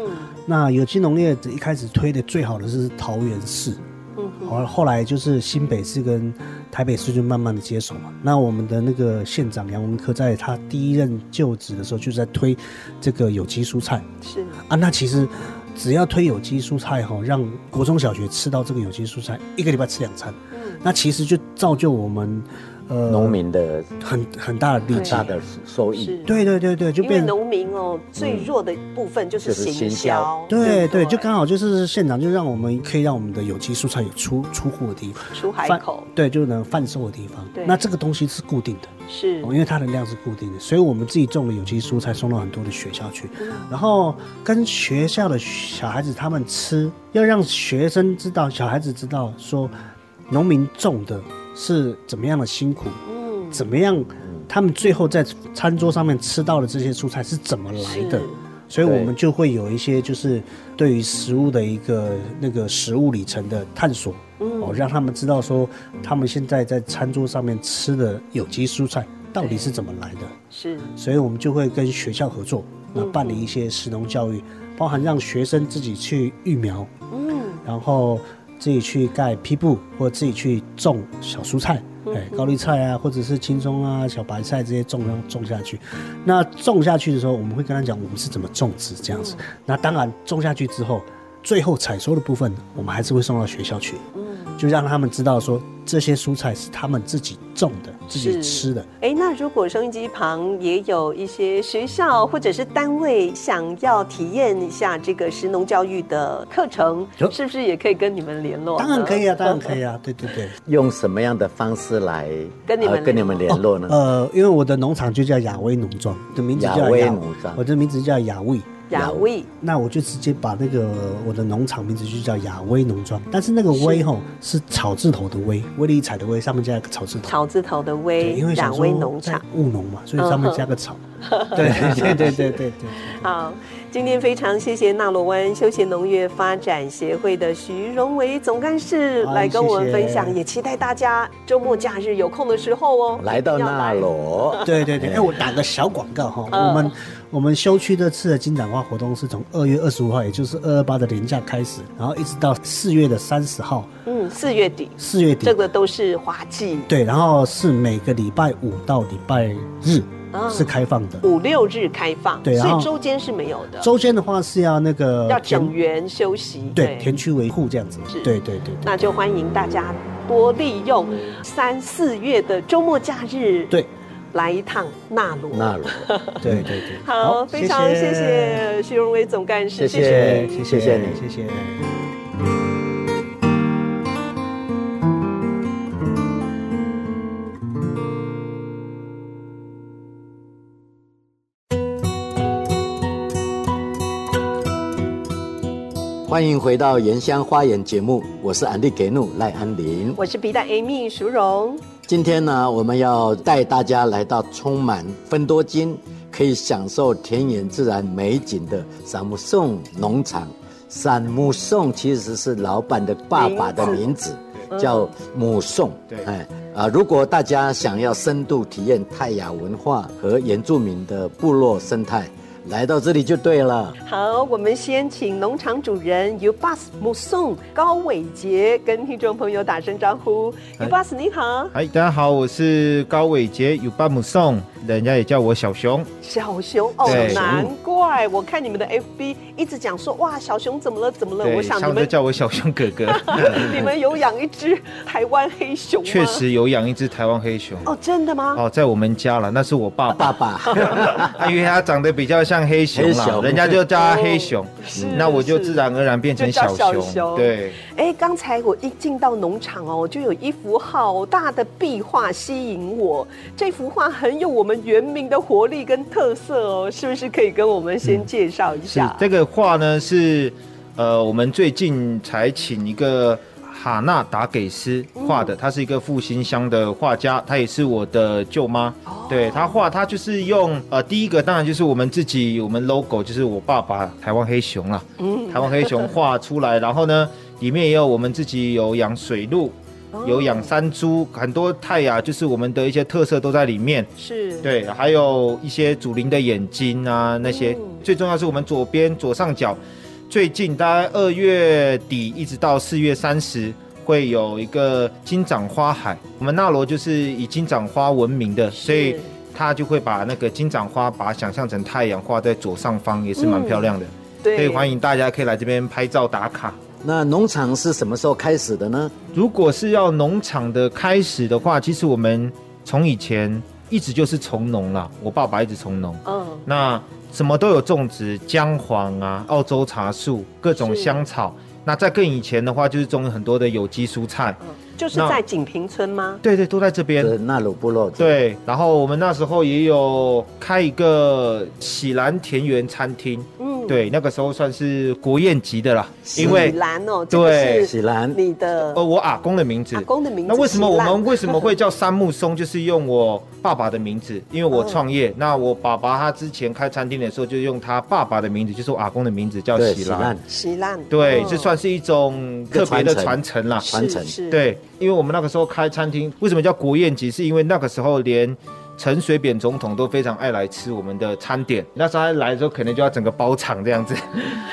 Speaker 4: 那有机农业一开始推的最好的是桃园市，
Speaker 1: 嗯哼，
Speaker 4: 后后来就是新北市跟台北市就慢慢的接手嘛。那我们的那个县长杨文科在他第一任就职的时候，就在推这个有机蔬菜
Speaker 1: 是，
Speaker 4: 啊。那其实只要推有机蔬菜哈、让国中小学吃到这个有机蔬菜，一个礼拜吃两餐，
Speaker 1: 嗯，
Speaker 4: 那其实就造就我们呃
Speaker 2: 农民的
Speaker 4: 很很大的利
Speaker 1: 对
Speaker 4: 基
Speaker 2: 大。的收益，
Speaker 1: 是
Speaker 4: 对对对对，就
Speaker 1: 因为
Speaker 4: 变嗯
Speaker 1: 农民哦，最弱的部分就是
Speaker 2: 就是
Speaker 1: 行
Speaker 2: 行
Speaker 1: 销
Speaker 2: 销，
Speaker 4: 对对，
Speaker 1: 不
Speaker 4: 就刚好就是县长就让我们可以让我们的有机蔬菜有出出货的地方，
Speaker 1: 出海
Speaker 4: 贩
Speaker 1: 口
Speaker 4: 对，就能贩售的地方
Speaker 1: 对。
Speaker 4: 那这个东西是固定的，
Speaker 1: 是
Speaker 4: 哦，因为它的量是固定的，所以我们自己种的有机蔬菜送到很多的学校去，
Speaker 1: 嗯
Speaker 4: 然后跟学校的小孩子他们吃，要让学生知道，小孩子知道说，农民种的是怎么样的辛苦，
Speaker 1: 嗯
Speaker 4: 怎么样，他们最后在餐桌上面吃到的这些蔬菜是怎么来的
Speaker 1: 是。
Speaker 4: 所以
Speaker 2: 对
Speaker 4: 我们就会有一些就是对于食物的一个那个食物里程的探索，哦，让他们知道说他们现在在餐桌上面吃的有机蔬菜到底是怎么来的。
Speaker 1: 是
Speaker 4: 所以我们就会跟学校合作，那办理一些食农教育，包含让学生自己去育苗，
Speaker 1: 嗯
Speaker 4: 然后自己去盖坯布，或自己去种小蔬菜，
Speaker 1: 嗯
Speaker 4: 哎，高丽菜啊，或者是青葱啊、小白菜这些种上种下去。那种下去的时候，我们会跟他讲我们是怎么种植这样子。
Speaker 1: 嗯
Speaker 4: 那当然种下去之后，最后采收的部分，我们还是会送到学校去，
Speaker 1: 嗯。
Speaker 4: 就让他们知道说这些蔬菜是他们自己种的、自己
Speaker 1: 是
Speaker 4: 吃的。
Speaker 1: 哎，那如果收音机旁也有一些学校或者是单位想要体验一下这个食农教育的课程，
Speaker 4: 有
Speaker 1: 是不是也可以跟你们联络？
Speaker 4: 当然可以
Speaker 1: 啊。
Speaker 4: 啊，当然可以啊，对对对。
Speaker 2: 用什么样的方式来
Speaker 1: 跟你们
Speaker 2: 跟你们联络呢？
Speaker 4: 呃，因为我的农场就叫雅威农庄，的名字叫
Speaker 2: 嗯雅威农庄
Speaker 4: 我的名字叫雅威。
Speaker 1: 雅威，
Speaker 4: 那我就直接把那个我的农场名字就叫雅威农庄，但是那个威吼是草字头的威，威力彩的威，上面加一个草字头。
Speaker 1: 草字头的
Speaker 4: 对，
Speaker 1: 威
Speaker 4: 因为，
Speaker 1: 雅
Speaker 4: 想
Speaker 1: 威
Speaker 4: 说
Speaker 1: 农
Speaker 4: 在
Speaker 1: 场。
Speaker 4: 务农嘛，所以上面加个草。对对对对对对对。
Speaker 1: 好，今天非常谢谢纳罗湾休闲农业发展协会的徐荣维总干事
Speaker 4: 好
Speaker 1: 来跟我们
Speaker 4: 哎谢谢
Speaker 1: 分享，也期待大家周末假日有空的时候哦，
Speaker 2: 来到
Speaker 1: 一定要来。
Speaker 2: 纳罗，
Speaker 4: 对对对，哎、我打个小广告哈，
Speaker 1: 嗯
Speaker 4: 我们我们休区这次的金盏花活动是从二月二十五号，也就是二二八的年假开始，然后一直到四月的三十号，
Speaker 1: 嗯，四月底，
Speaker 4: 四月底
Speaker 1: 这个都是花季，
Speaker 4: 对，然后是每个礼拜五到礼拜日
Speaker 1: 啊
Speaker 4: 是开放的。
Speaker 1: 五六日开放，
Speaker 4: 对然
Speaker 1: 所
Speaker 4: 后
Speaker 1: 以周间是没有的，
Speaker 4: 周间的话是要那个
Speaker 1: 要
Speaker 4: 田
Speaker 1: 整园休息。
Speaker 4: 对田区维护这样子
Speaker 1: 是。
Speaker 4: 对对对
Speaker 1: 那就欢迎大家多利用三四月的周末假日，
Speaker 4: 对，
Speaker 1: 来一趟纳罗。
Speaker 2: 纳罗， [LAUGHS]
Speaker 4: 对对对对。
Speaker 1: [LAUGHS] 好，非常谢谢徐荣维总干事，
Speaker 2: 谢谢
Speaker 4: 谢谢
Speaker 2: 谢谢你
Speaker 4: 谢谢。
Speaker 2: 欢迎回到《原乡花园》节目，我是安利给怒赖安林。
Speaker 1: 我是皮蛋 Amy 淑荣，
Speaker 2: 今天呢，我们要带大家来到充满芬多精，可以享受田园自然美景的散木颂农场。散木颂其实是老板的爸爸的名字，叫母颂。
Speaker 5: 对
Speaker 2: 哎啊，如果大家想要深度体验泰雅文化和原住民的部落生态，来到这里就对了。
Speaker 1: 好，我们先请农场主人 Ubus Musong 高伟杰跟听众朋友打声招呼。
Speaker 4: 哎
Speaker 5: 嗨
Speaker 1: Ubus 你好，
Speaker 5: 嗨，哎大家好，我是高伟杰，有巴姆颂，人家也叫我小熊。
Speaker 1: 小熊哦
Speaker 5: 对，
Speaker 1: 难怪我看你们的 FB 一直讲说哇，小熊怎么了怎么了？我
Speaker 5: 对，
Speaker 1: 想
Speaker 5: 他
Speaker 1: 你
Speaker 5: 们都
Speaker 1: 们
Speaker 5: 叫我小熊哥
Speaker 1: [LAUGHS]
Speaker 5: 哥。
Speaker 1: 你们有养一只台湾黑熊吗？
Speaker 5: 确实有养一只台湾黑熊。
Speaker 1: 哦，真的吗？
Speaker 5: 哦，在我们家了，那是我
Speaker 1: [LAUGHS]
Speaker 5: 爸爸，
Speaker 2: 爸
Speaker 5: [LAUGHS]
Speaker 2: 爸，
Speaker 5: 他因为他长得比较像黑熊
Speaker 2: 黑
Speaker 5: 啦，
Speaker 2: 熊
Speaker 5: 人家就叫他黑熊
Speaker 1: 哦是，
Speaker 5: 那我就是自然而然变成
Speaker 1: 就叫小
Speaker 5: 小熊。
Speaker 1: 熊
Speaker 5: 对，
Speaker 1: 哎，刚才我一进到农场哦，就有一幅好大的壁画吸引我。这幅画很有我们原民的活力跟特色哦，是不是可以跟我们先介绍一
Speaker 5: 是
Speaker 1: 下？
Speaker 5: 这个画呢是，呃，我们最近才请一个哈纳达给斯画的，他是一个复兴乡的画家，他也是我的舅妈。对他画，他就是用呃，第一个当然就是我们自己，我们 logo 就是我爸爸台湾黑熊啦，台湾黑熊画出来，然后呢，里面也有我们自己有养水鹿。有养山猪，很多泰雅就是我们的一些特色都在里面。
Speaker 1: 是，
Speaker 5: 对，还有一些祖灵的眼睛啊，那些、
Speaker 1: 嗯
Speaker 5: 最重要是我们左边左上角，最近大概二月底一直到四月三十会有一个金掌花海，我们纳罗就是以金掌花闻名的，所以他就会把那个金掌花把它想象成太阳画在左上方，也是蛮漂亮的，
Speaker 1: 嗯对，
Speaker 5: 所以欢迎大家可以来这边拍照打卡。
Speaker 2: 那农场是什么时候开始的呢？
Speaker 5: 如果是要农场的开始的话，其实我们从以前一直就是从农啦，我爸爸一直从农。
Speaker 1: 嗯，
Speaker 5: 那什么都有种植，姜黄啊、澳洲茶树、各种
Speaker 1: 是
Speaker 5: 香草。那在更以前的话，就是种很多的有机蔬菜。
Speaker 1: 嗯就是
Speaker 5: 那
Speaker 1: 在锦屏村吗？
Speaker 5: 对对，都在这边。
Speaker 2: 是呃纳鲁部落。，
Speaker 5: 对，然后我们那时候也有开一个喜兰田园餐厅，
Speaker 1: 嗯，
Speaker 5: 对，那个时候算是国宴级的啦，因为
Speaker 1: 喜兰哦，这
Speaker 5: 对
Speaker 1: 个
Speaker 2: 喜
Speaker 1: 是
Speaker 2: 兰
Speaker 1: 你的
Speaker 5: 呃我阿公的名字
Speaker 1: 阿，公的名字。
Speaker 5: 那为什么我们
Speaker 1: 喜
Speaker 5: 为什么会叫三木松？就是用我爸爸的名字，因为我创业。那我爸爸他之前开餐厅的时候，就用他爸爸的名字，就是我阿公的名字叫
Speaker 2: 对，
Speaker 5: 喜
Speaker 2: 喜
Speaker 5: 兰
Speaker 2: 烂。
Speaker 1: 稀烂，
Speaker 5: 对，
Speaker 1: 嗯
Speaker 5: 这算是一种特别的传承啦。
Speaker 2: 传承
Speaker 1: 哦是，是
Speaker 5: 对，因为我们那个时候开餐厅，为什么叫国宴级？是因为那个时候连陈水扁总统都非常爱来吃我们的餐点。那时候他来的时候，可能就要整个包场这
Speaker 1: [LAUGHS]
Speaker 5: 样子。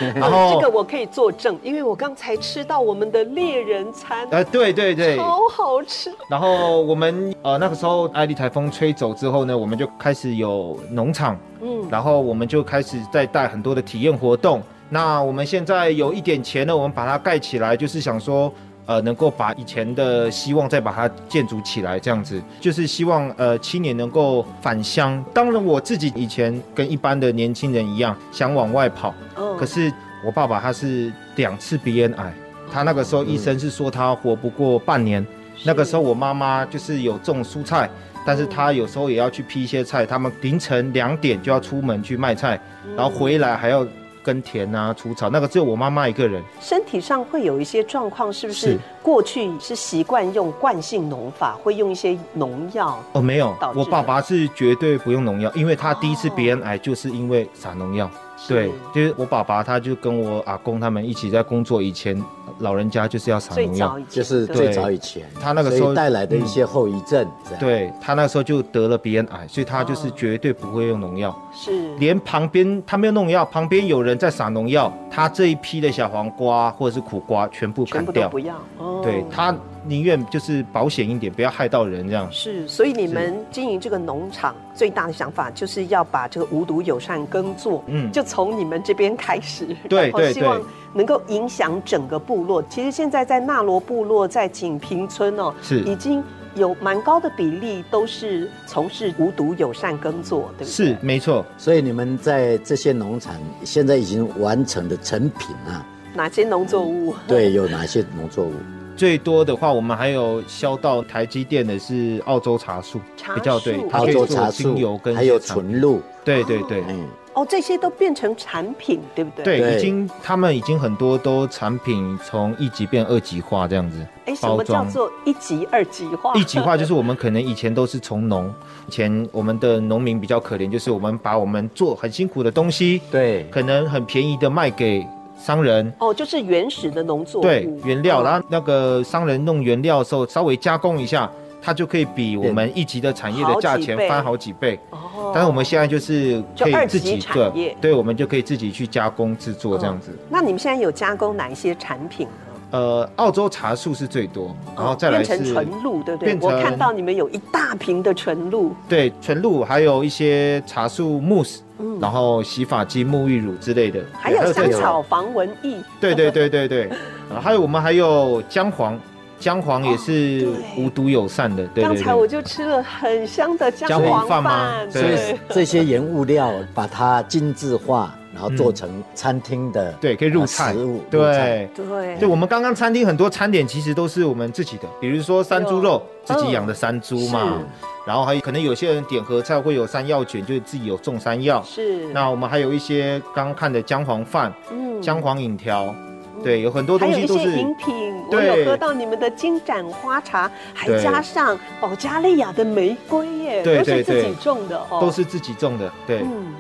Speaker 5: 然
Speaker 1: 这
Speaker 5: 后
Speaker 1: 个，我可以作证，因为我刚才吃到我们的猎人餐，
Speaker 5: 呃，对对对，
Speaker 1: 超好吃。
Speaker 5: 然后我们呃那个时候艾丽台风吹走之后呢，我们就开始有农场，
Speaker 1: 嗯，
Speaker 5: 然后我们就开始在带很多的体验活动。那我们现在有一点钱呢，我们把它盖起来，就是想说，呃，能够把以前的希望再把它建筑起来，这样子，就是希望呃青年能够返乡。当然，我自己以前跟一般的年轻人一样，想往外跑，
Speaker 1: 嗯
Speaker 5: 可是我爸爸他是两次鼻咽癌，他那个时候医生是说他活不过半年。那个时候我妈妈就是有种蔬菜，但是她有时候也要去批一些菜，他们凌晨两点就要出门去卖菜，
Speaker 1: 嗯
Speaker 5: 然后回来还要耕田啊、除草，那个只有我妈妈一个人。
Speaker 1: 身体上会有一些状况，是不是？
Speaker 5: 是
Speaker 1: 过去是习惯用惯性农法，会用一些农药。
Speaker 5: 哦，没有
Speaker 1: 导，致
Speaker 5: 我爸爸是绝对不用农药，因为他第一次鼻咽癌就是因为撒农药。对，就是我爸爸，他就跟我阿公他们一起在工作以前，老人家就是要撒
Speaker 1: 最
Speaker 5: 农药
Speaker 1: 早。以前
Speaker 2: 就是
Speaker 1: 对
Speaker 2: 最早以前，
Speaker 5: 他那个时候嗯
Speaker 2: 所以带来的一些后遗症，这样，
Speaker 5: 对他那时候就得了鼻咽癌，所以他就是
Speaker 1: 哦
Speaker 5: 绝对不会用农药，
Speaker 1: 是
Speaker 5: 连旁边他没有农药，旁边有人在撒农药，他这一批的小黄瓜或者是苦瓜全部
Speaker 1: 全
Speaker 5: 砍
Speaker 1: 部都
Speaker 5: 掉
Speaker 1: 不，要。哦
Speaker 5: 对他宁愿就是保险一点，不要害到人这样。
Speaker 1: 是，所以你们经营这个农场最大的想法就是要把这个无毒友善耕作，
Speaker 5: 嗯
Speaker 1: 就从你们这边开始，
Speaker 5: 对
Speaker 1: 然后
Speaker 5: 对
Speaker 1: 希望
Speaker 5: 对
Speaker 1: 能够影响整个部落。其实现在在纳罗部落，在锦屏村哦，
Speaker 5: 是
Speaker 1: 已经有蛮高的比例都是从事无毒友善耕作，对不对？
Speaker 5: 是没错，
Speaker 2: 所以你们在这些农场现在已经完成的成品啊，
Speaker 1: 哪些农作物？
Speaker 2: 对，有哪些农作物？
Speaker 5: 最多的话我们还有销到台积电的是澳洲茶树，
Speaker 1: 茶
Speaker 5: 比较对
Speaker 1: 树，
Speaker 5: 它
Speaker 2: 哦澳
Speaker 5: 可以
Speaker 2: 洲
Speaker 5: 做
Speaker 2: 茶
Speaker 5: 精油
Speaker 2: 树，
Speaker 5: 跟
Speaker 2: 还有
Speaker 5: 茶
Speaker 2: 纯露，
Speaker 5: 对对对。
Speaker 2: 嗯，
Speaker 1: 哦，这些都变成产品，对不对？。
Speaker 5: 对，
Speaker 2: 对
Speaker 5: 已经他们已经很多都产品从一级变二级化这样子。
Speaker 1: 哎，什么
Speaker 5: 包装
Speaker 1: 叫做一级、二级化？
Speaker 5: [LAUGHS] 一级化就是我们可能以前都是从农，以前我们的农民比较可怜，就是我们把我们做很辛苦的东西，
Speaker 2: 对，
Speaker 5: 可能很便宜的卖给商人。
Speaker 1: [LAUGHS] 哦，就是原始的农作物，
Speaker 5: 对原料，
Speaker 1: 嗯
Speaker 5: 然后那个商人弄原料的时候稍微加工一下，它就可以比我们一级的产业的
Speaker 1: 好
Speaker 5: 价钱
Speaker 1: 几倍
Speaker 5: 翻好几倍。
Speaker 1: 哦
Speaker 5: 但是我们现在就是可
Speaker 1: 就二
Speaker 5: 以
Speaker 1: 级
Speaker 5: 自己
Speaker 1: 产业嗯
Speaker 5: 对，对，我们就可以自己去加工制作这样子。
Speaker 1: 那你们现在有加工哪一些产品呢？
Speaker 5: 呃，澳洲茶树是最多，然后
Speaker 1: 哦
Speaker 5: 再来
Speaker 1: 变成
Speaker 5: 是
Speaker 1: 纯露，对不对？
Speaker 5: 变成
Speaker 1: 我看到你们有一大瓶的纯露，
Speaker 5: 对纯露，还有一些茶树慕斯，
Speaker 1: 嗯
Speaker 5: 然后洗发精、沐浴乳之类的，
Speaker 1: 还有
Speaker 5: 这
Speaker 1: 香
Speaker 5: 个
Speaker 1: 草防蚊液，
Speaker 5: 对对对对对，啊还有我们还有姜黄，姜黄也是
Speaker 1: 哦对
Speaker 5: 无毒友善的，对
Speaker 1: 刚
Speaker 5: 对
Speaker 1: 才我
Speaker 5: 对。
Speaker 1: 就吃了很香的姜
Speaker 5: 姜
Speaker 1: 黄
Speaker 5: 黄
Speaker 1: 饭
Speaker 5: 饭吗
Speaker 2: 所以
Speaker 1: 对，
Speaker 2: 这些原物料把它精致化，然后做成餐厅的
Speaker 5: 嗯对，可以入菜
Speaker 1: 哦
Speaker 2: 呃食物，，入菜
Speaker 5: 对。
Speaker 1: 对
Speaker 5: 对，我们刚刚餐厅很多餐点其实都是我们自己的，比如说山猪肉，自己养的山猪嘛，
Speaker 1: 嗯
Speaker 5: 然后还有可能有些人点合菜会有山药卷，就是自己有种山药。
Speaker 1: 是
Speaker 5: 那我们还有一些刚刚看的姜黄饭、
Speaker 1: 嗯
Speaker 5: 姜黄饮条，对，有很多
Speaker 1: 还
Speaker 5: 东
Speaker 1: 有
Speaker 5: 西
Speaker 1: 一
Speaker 5: 都
Speaker 1: 些
Speaker 5: 是
Speaker 1: 饮品，我
Speaker 5: 对
Speaker 1: 有喝到你们的金盏花茶，还
Speaker 5: 对
Speaker 1: 加上保加利亚的玫瑰耶，
Speaker 5: 对
Speaker 1: 都是
Speaker 5: 对
Speaker 1: 自己
Speaker 5: 对
Speaker 1: 种的哦，
Speaker 5: 都是自己种的，对。
Speaker 1: 嗯。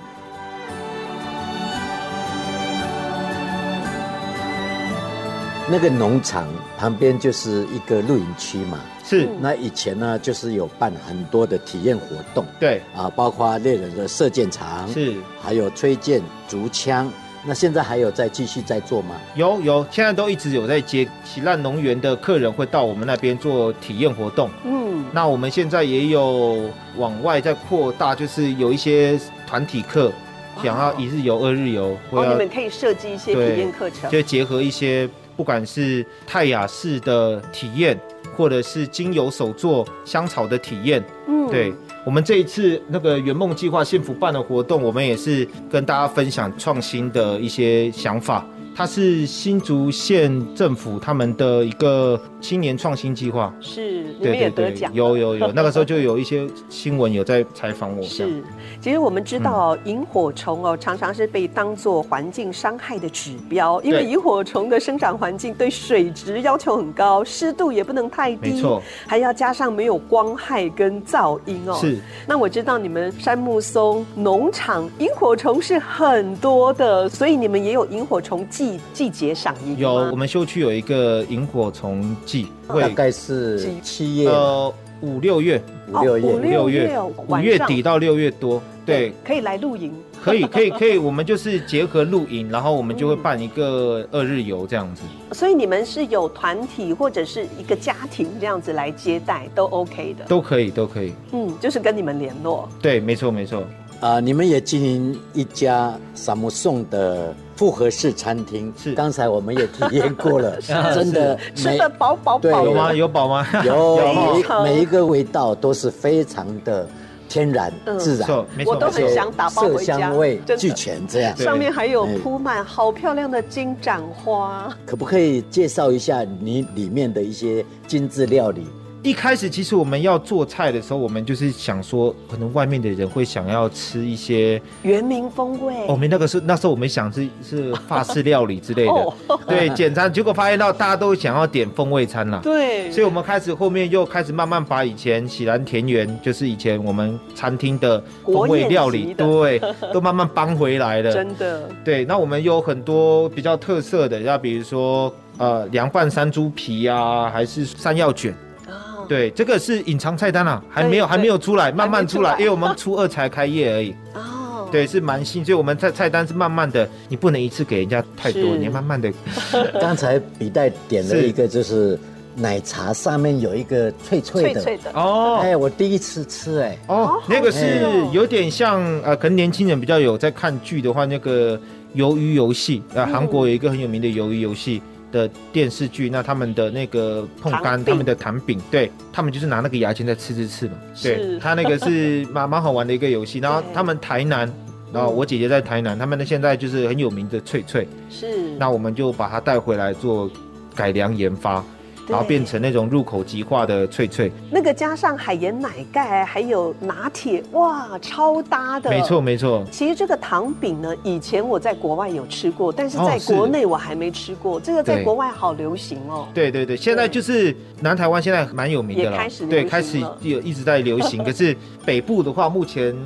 Speaker 2: 那个农场旁边就是一个露营区嘛。
Speaker 5: 是，
Speaker 1: 嗯
Speaker 2: 那以前呢，就是有办很多的体验活动
Speaker 5: 对，
Speaker 2: 啊，包括猎人的射箭场，
Speaker 5: 是
Speaker 2: 还有吹箭、竹枪。那现在还有在继续在做吗？
Speaker 5: 有有，现在都一直有在接喜烂农园的客人会到我们那边做体验活动。
Speaker 1: 嗯
Speaker 5: 那我们现在也有往外在扩大，就是有一些团体课，想要一日游、二日游，
Speaker 1: 哦，
Speaker 5: 或
Speaker 1: 你
Speaker 5: 要
Speaker 1: 们可以设计一些
Speaker 5: 对
Speaker 1: 体验课程，
Speaker 5: 就结合一些不管是泰雅式的体验，或者是精油手作、香草的体验，
Speaker 1: 嗯
Speaker 5: 对，我们这一次那个圆梦计划幸福办的活动，我们也是跟大家分享创新的一些想法。它是新竹县政府他们的一个青年创新计划。
Speaker 1: 是，你们也
Speaker 5: 对对
Speaker 1: 得
Speaker 5: 对
Speaker 1: 奖，，
Speaker 5: 有有有，那个时候就有一些新闻有在采访我，这
Speaker 1: [LAUGHS]
Speaker 5: 样
Speaker 1: 是，其实我们知道
Speaker 5: 嗯
Speaker 1: 哦萤火虫哦，常常是被当作环境伤害的指标，因为
Speaker 5: 对
Speaker 1: 萤火虫的生长环境对水质要求很高，湿度也不能太低，
Speaker 5: 没错，
Speaker 1: 还要加上没有光害跟噪音哦。
Speaker 5: 是。
Speaker 1: 那我知道你们杉木松农场萤火虫是很多的，所以你们也有萤火虫季季节赏萤吗
Speaker 5: 有我们休区有一个萤火虫季，
Speaker 1: 哦
Speaker 2: 大
Speaker 5: 会
Speaker 2: 概是
Speaker 1: 几
Speaker 2: 七月、
Speaker 5: 呃五六月，
Speaker 2: 五六
Speaker 1: 哦五
Speaker 2: 月，
Speaker 1: 六月
Speaker 5: 月
Speaker 1: 哦
Speaker 5: 五
Speaker 1: 晚
Speaker 5: 月
Speaker 1: 上
Speaker 5: 底到六月多，对，
Speaker 1: 可以来露营。
Speaker 5: 可以可以可以，我们就是结合露营，然后我们就会
Speaker 1: 嗯
Speaker 5: 办一个二日游这样子。
Speaker 1: 所以你们是有团体或者是一个家庭这样子来接待都 OK 的，
Speaker 5: 都可以，都可以。
Speaker 1: 嗯，就是跟你们联络。
Speaker 5: 对，没错，没错。
Speaker 2: 啊、你们也经营一家萨姆颂的复合式餐厅，
Speaker 5: 是
Speaker 2: 刚才我们也体验过
Speaker 5: [LAUGHS]
Speaker 2: 了，真的
Speaker 1: 吃
Speaker 2: 每
Speaker 1: 的饱饱
Speaker 2: 对
Speaker 1: 饱
Speaker 5: 有吗？
Speaker 1: 的，
Speaker 5: 有宝吗？
Speaker 2: 有每
Speaker 1: 非
Speaker 2: 一
Speaker 1: 常
Speaker 2: 每一个味道都是非常的天然、
Speaker 1: 嗯
Speaker 2: 自然，
Speaker 5: 错，没
Speaker 1: 我
Speaker 5: 错，
Speaker 1: 都
Speaker 5: 没
Speaker 2: 而
Speaker 1: 很
Speaker 2: 且
Speaker 5: 错。
Speaker 1: 想打包回
Speaker 2: 色
Speaker 1: 家
Speaker 2: 香味
Speaker 1: 真的
Speaker 2: 俱全，这样
Speaker 5: 对
Speaker 1: 上面还有
Speaker 2: 嗯
Speaker 1: 铺满好漂亮的金盏花。
Speaker 2: 可不可以介绍一下你里面的一些精致料理？
Speaker 5: 一开始其实我们要做菜的时候，我们就是想说，可能外面的人会想要吃一些，哦
Speaker 1: 原民风味。
Speaker 5: 我们那个时候那时候我们想是是法式料理之类
Speaker 1: 哦
Speaker 5: 的，对，简餐。结果发现到大家都想要点风味餐啦。
Speaker 1: 对，
Speaker 5: 所以我们开始后面又开始慢慢把以前喜兰田园，就是以前我们餐厅的风味料
Speaker 1: 国
Speaker 5: 理，对，都慢慢搬回来了。
Speaker 1: 真的
Speaker 5: 对，那我们有很多比较特色的，像比如说呃凉拌山猪皮啊，还是山药卷。
Speaker 1: 啊，
Speaker 5: 对，这个是隐藏菜单啊，还没有
Speaker 1: 对
Speaker 5: 还没有出来，慢慢出
Speaker 1: 还
Speaker 5: 来，
Speaker 1: 没出来
Speaker 5: 因为我们初二才开业而已。
Speaker 1: 哦，
Speaker 5: 对，是蛮新，所以我们菜菜单是慢慢的，你不能一次给人家太多，
Speaker 1: 是
Speaker 5: 你要慢慢的。
Speaker 2: 刚才笔袋点了
Speaker 5: 是
Speaker 2: 一个，就是奶茶上面有一个脆脆
Speaker 1: 脆
Speaker 2: 的，
Speaker 1: 脆的，
Speaker 5: 哦
Speaker 2: 哎，我第一次吃，哎，
Speaker 5: 哦，那个是
Speaker 2: 吃
Speaker 1: 哦
Speaker 5: 有点像呃，可能年轻人比较有在看剧的话，那个鱿鱼游戏，呃，
Speaker 1: 嗯
Speaker 5: 韩国有一个很有名的鱿鱼游戏的电视剧，那他们的那个碰
Speaker 1: 糖
Speaker 5: 干，
Speaker 1: 饼
Speaker 5: 他们的糖饼，对他们就是拿那个牙签在吃吃吃嘛，
Speaker 1: 是
Speaker 5: 对，他那个是蛮蛮好玩的一个游戏。然后
Speaker 1: 对嗯
Speaker 5: 他们台南。然后我姐姐在台南，他们的现在就是很有名的脆脆，
Speaker 1: 是
Speaker 5: 那我们就把它带回来做改良研发，
Speaker 1: 对
Speaker 5: 然后变成那种入口即化的脆脆。
Speaker 1: 那个加上海盐奶盖，还有拿铁，哇，超搭的，
Speaker 5: 没错。没错，
Speaker 1: 其实这个糖饼呢，以前我在国外有吃过，但是
Speaker 5: 哦
Speaker 1: 在
Speaker 5: 是
Speaker 1: 国内我还没吃过。这个在
Speaker 5: 对
Speaker 1: 国外好流行哦。
Speaker 5: 对对对，现在就是南台湾现在蛮有名的
Speaker 1: 也
Speaker 5: 了，
Speaker 1: 开始流行
Speaker 5: 对，
Speaker 1: 了
Speaker 5: 开始有一直在流行。可是北部的话，目前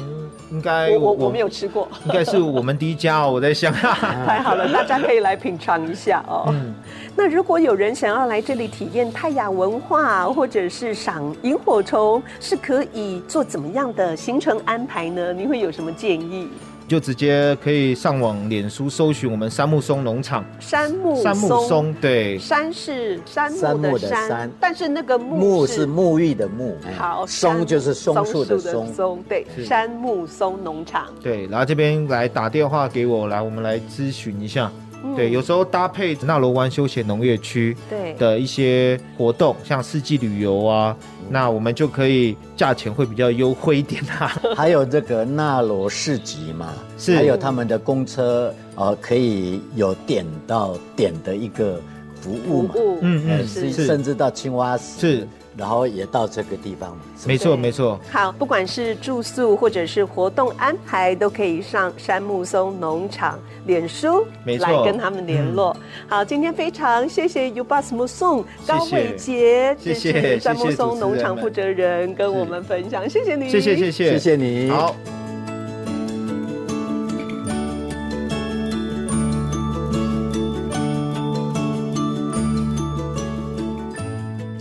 Speaker 5: 应该
Speaker 1: 我我我没有吃过， [LAUGHS]
Speaker 5: 应该是我们第一家哦，我在想，
Speaker 1: 太好了，大家可以来品尝一下哦。
Speaker 5: 嗯，
Speaker 1: 那如果有人想要来这里体验泰雅文化，或者是赏萤火虫，是可以做怎么样的行程安排呢？你会有什么建议？
Speaker 5: 就直接可以上网脸书搜寻我们杉木松农场，
Speaker 1: 山木
Speaker 5: 杉木松，对，
Speaker 1: 山是杉
Speaker 2: 杉
Speaker 1: 木
Speaker 2: 木
Speaker 1: 的
Speaker 2: 的
Speaker 1: 山，
Speaker 2: 山
Speaker 1: 但是那个木
Speaker 2: 沐是沐浴的沐，哎
Speaker 1: 好，
Speaker 2: 松就是松树的
Speaker 1: 松
Speaker 2: 松。
Speaker 1: 松对，
Speaker 5: 是
Speaker 1: 杉木松农场。
Speaker 5: 对，然后这边来打电话给我，来我们来咨询一下。
Speaker 1: 嗯
Speaker 5: 对，有时候搭配纳罗湾休闲农业区
Speaker 1: 对
Speaker 5: 的一些活动，像四季旅游啊，
Speaker 2: 嗯
Speaker 5: 那我们就可以价钱会比较优惠一点啊。
Speaker 2: [LAUGHS] 还有这个纳罗市集嘛，
Speaker 5: 是
Speaker 2: 还有他们的公车，呃，可以有点到点的一个服
Speaker 1: 服
Speaker 2: 务嘛，
Speaker 1: 务，
Speaker 5: 嗯
Speaker 2: 呃
Speaker 5: 嗯，
Speaker 2: 是
Speaker 5: 是
Speaker 2: 甚至到青蛙石，
Speaker 5: 是，
Speaker 2: 然后也到这个地方嘛，是吧
Speaker 5: 没错
Speaker 1: 对
Speaker 5: 没错，
Speaker 1: 好，不管是住宿或者是活动安排，都可以上山木松农场脸书
Speaker 5: 没错嗯
Speaker 1: 来跟他们联络。好，今天非常谢谢 Ubus 木松
Speaker 5: 谢谢
Speaker 1: 高伟杰，
Speaker 5: 谢谢
Speaker 1: 这是
Speaker 5: 谢谢
Speaker 1: 山木松农场
Speaker 5: 主持人们
Speaker 1: 负责人跟我们分享，谢谢你，
Speaker 5: 谢谢谢谢
Speaker 2: 谢谢你，
Speaker 5: 好。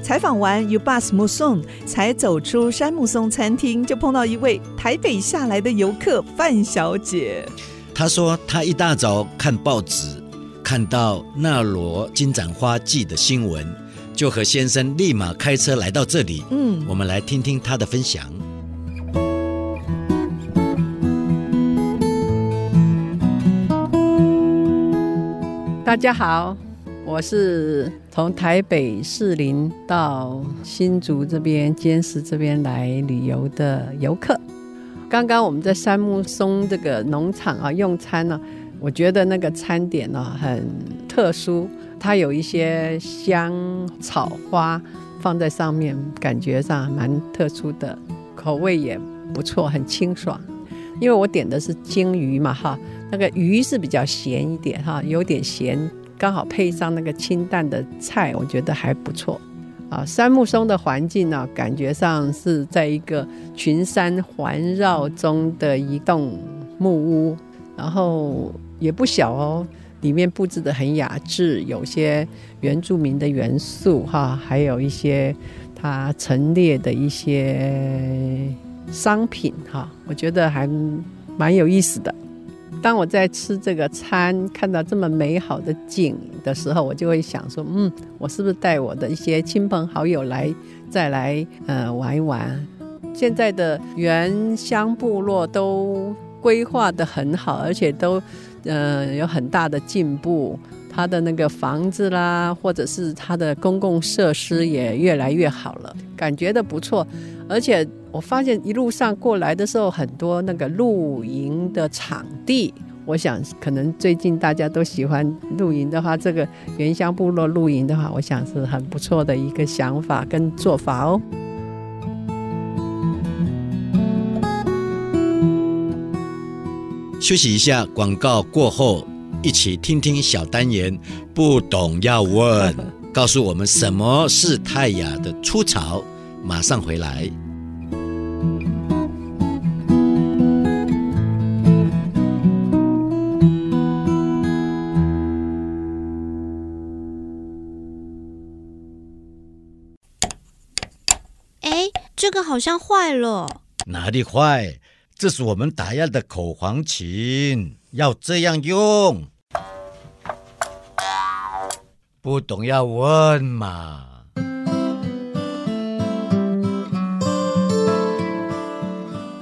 Speaker 6: 采访完 Ubus m u s o n 才走出山木松餐厅，就碰到一位台北下来的游客范小姐。
Speaker 3: 他说他一大早看报纸，看到纳罗金盏花季的新闻，就和先生立马开车来到这里。
Speaker 6: 嗯
Speaker 3: 我们来听听他的分享。
Speaker 7: 大家好，我是从台北士林到新竹这边、尖石这边来旅游的游客。刚刚我们在啊杉木松这个农场啊用餐呢、我觉得那个餐点呢、很特殊，它有一些香草花放在上面，感觉上蛮特殊的，口味也不错，很清爽。因为我点的是鲸鱼嘛，哈，那个鱼是比较咸一点哈，有点咸，刚好配上那个清淡的菜，我觉得还不错。啊，杉木松的环境呢、感觉上是在一个群山环绕中的一栋木屋，然后也不小哦，里面布置的很雅致，有些原住民的元素哈，还有一些它陈列的一些商品哈，我觉得还蛮有意思的。当我在吃这个餐，看到这么美好的景的时候，我就会想说，嗯，我是不是带我的一些亲朋好友来再来呃玩一玩？现在的原乡部落都规划的很好，而且都呃有很大的进步，它的那个房子啦，或者是它的公共设施也越来越好了，感觉的不错。而且我发现一路上过来的时候，很多那个露营的场地。我想，可能最近大家都喜欢露营的话，这个原乡部落露营的话，我想是很不错的一个想法跟做法哦。
Speaker 3: 休息一下，广告过后，一起听听小单元。不懂要问，告诉我们什么是泰雅的出草。马上回来。
Speaker 8: 哎，这个好像坏了。
Speaker 3: 哪里坏？这是我们打样的口簧琴，要这样用。不懂要问嘛。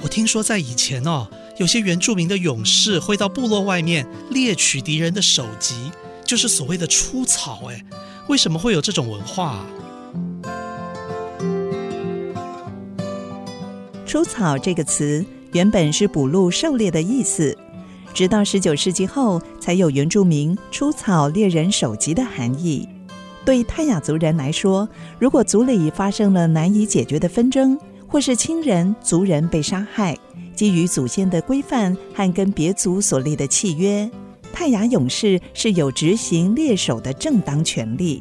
Speaker 9: 我听说在以前哦，有些原住民的勇士会到部落外面猎取敌人的首级，就是所谓的出草。哎，为什么会有这种文化、啊？
Speaker 6: 出草这个词原本是捕鹿狩猎的意思，直到十九世纪后才有原住民出草猎人首级的含义。对泰雅族人来说，如果族里发生了难以解决的纷争，或是亲人、族人被杀害，基于祖先的规范和跟别族所立的契约，泰雅勇士是有执行猎手的正当权利。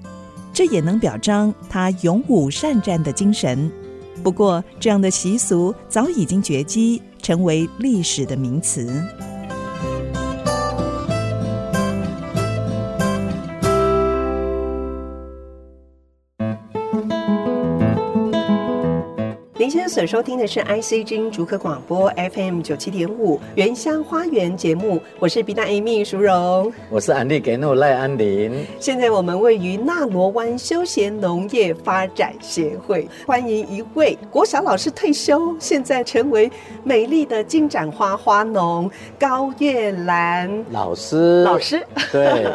Speaker 6: 这也能表彰他勇武善战的精神。不过，这样的习俗早已经绝迹，成为历史的名词。
Speaker 1: 您现在所收听的是 IC 之音竹科广播 FM 九七点五原乡花园节目，我是 B 大 Amy 淑荣。
Speaker 2: 我是安利给诺赖安林，
Speaker 1: 现在我们位于纳罗湾休闲农业发展协会，欢迎一位国小老师退休，现在成为美丽的金盏花花农高月兰
Speaker 2: 老师，
Speaker 1: 老，师。
Speaker 2: [LAUGHS] 对，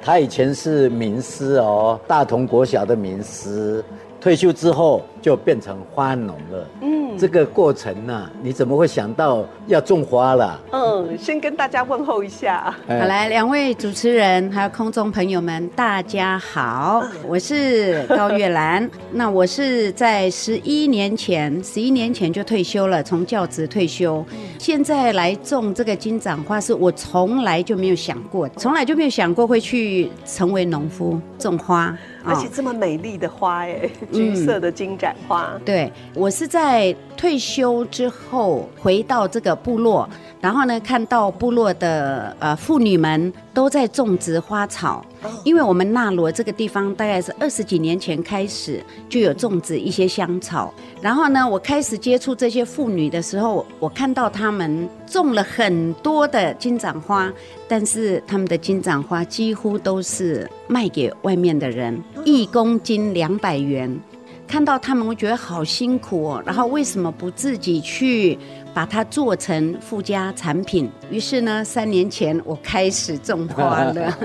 Speaker 2: 他以前是名师哦，大同国小的名师，退休之后就变成花农了。
Speaker 1: 嗯，
Speaker 2: 这个过程呢、你怎么会想到要种花啦？
Speaker 1: 嗯，先跟大家问候一
Speaker 7: 啊
Speaker 1: 下。
Speaker 2: 哎
Speaker 10: 好，来，两位主持人还有空中朋友们，大家好，我是高月兰。那我是在十一年前，十一年前就退休了，从教职退休。现在来种这个金盏花，是我从来就没有想过，从来就没有想过会去成为农夫种花，
Speaker 1: 而
Speaker 10: 啊。
Speaker 1: 且这么美丽的花哎，
Speaker 7: 嗯
Speaker 1: 橘色的金盏花，
Speaker 10: 对我是在退休之后回到这个部落，然后呢，看到部落的呃妇女们都在种植花草，因为我们纳罗这个地方大概是二十几年前开始就有种植一些香草，然后呢，我开始接触这些妇女的时候，我看到她们种了很多的金盏花，但是她们的金盏花几乎都是卖给外面的人，一公斤两百元。看到他们，我觉得好辛苦哦。然后为什么不自己去把它做成附加产品？于是呢，三年前我开始种花了，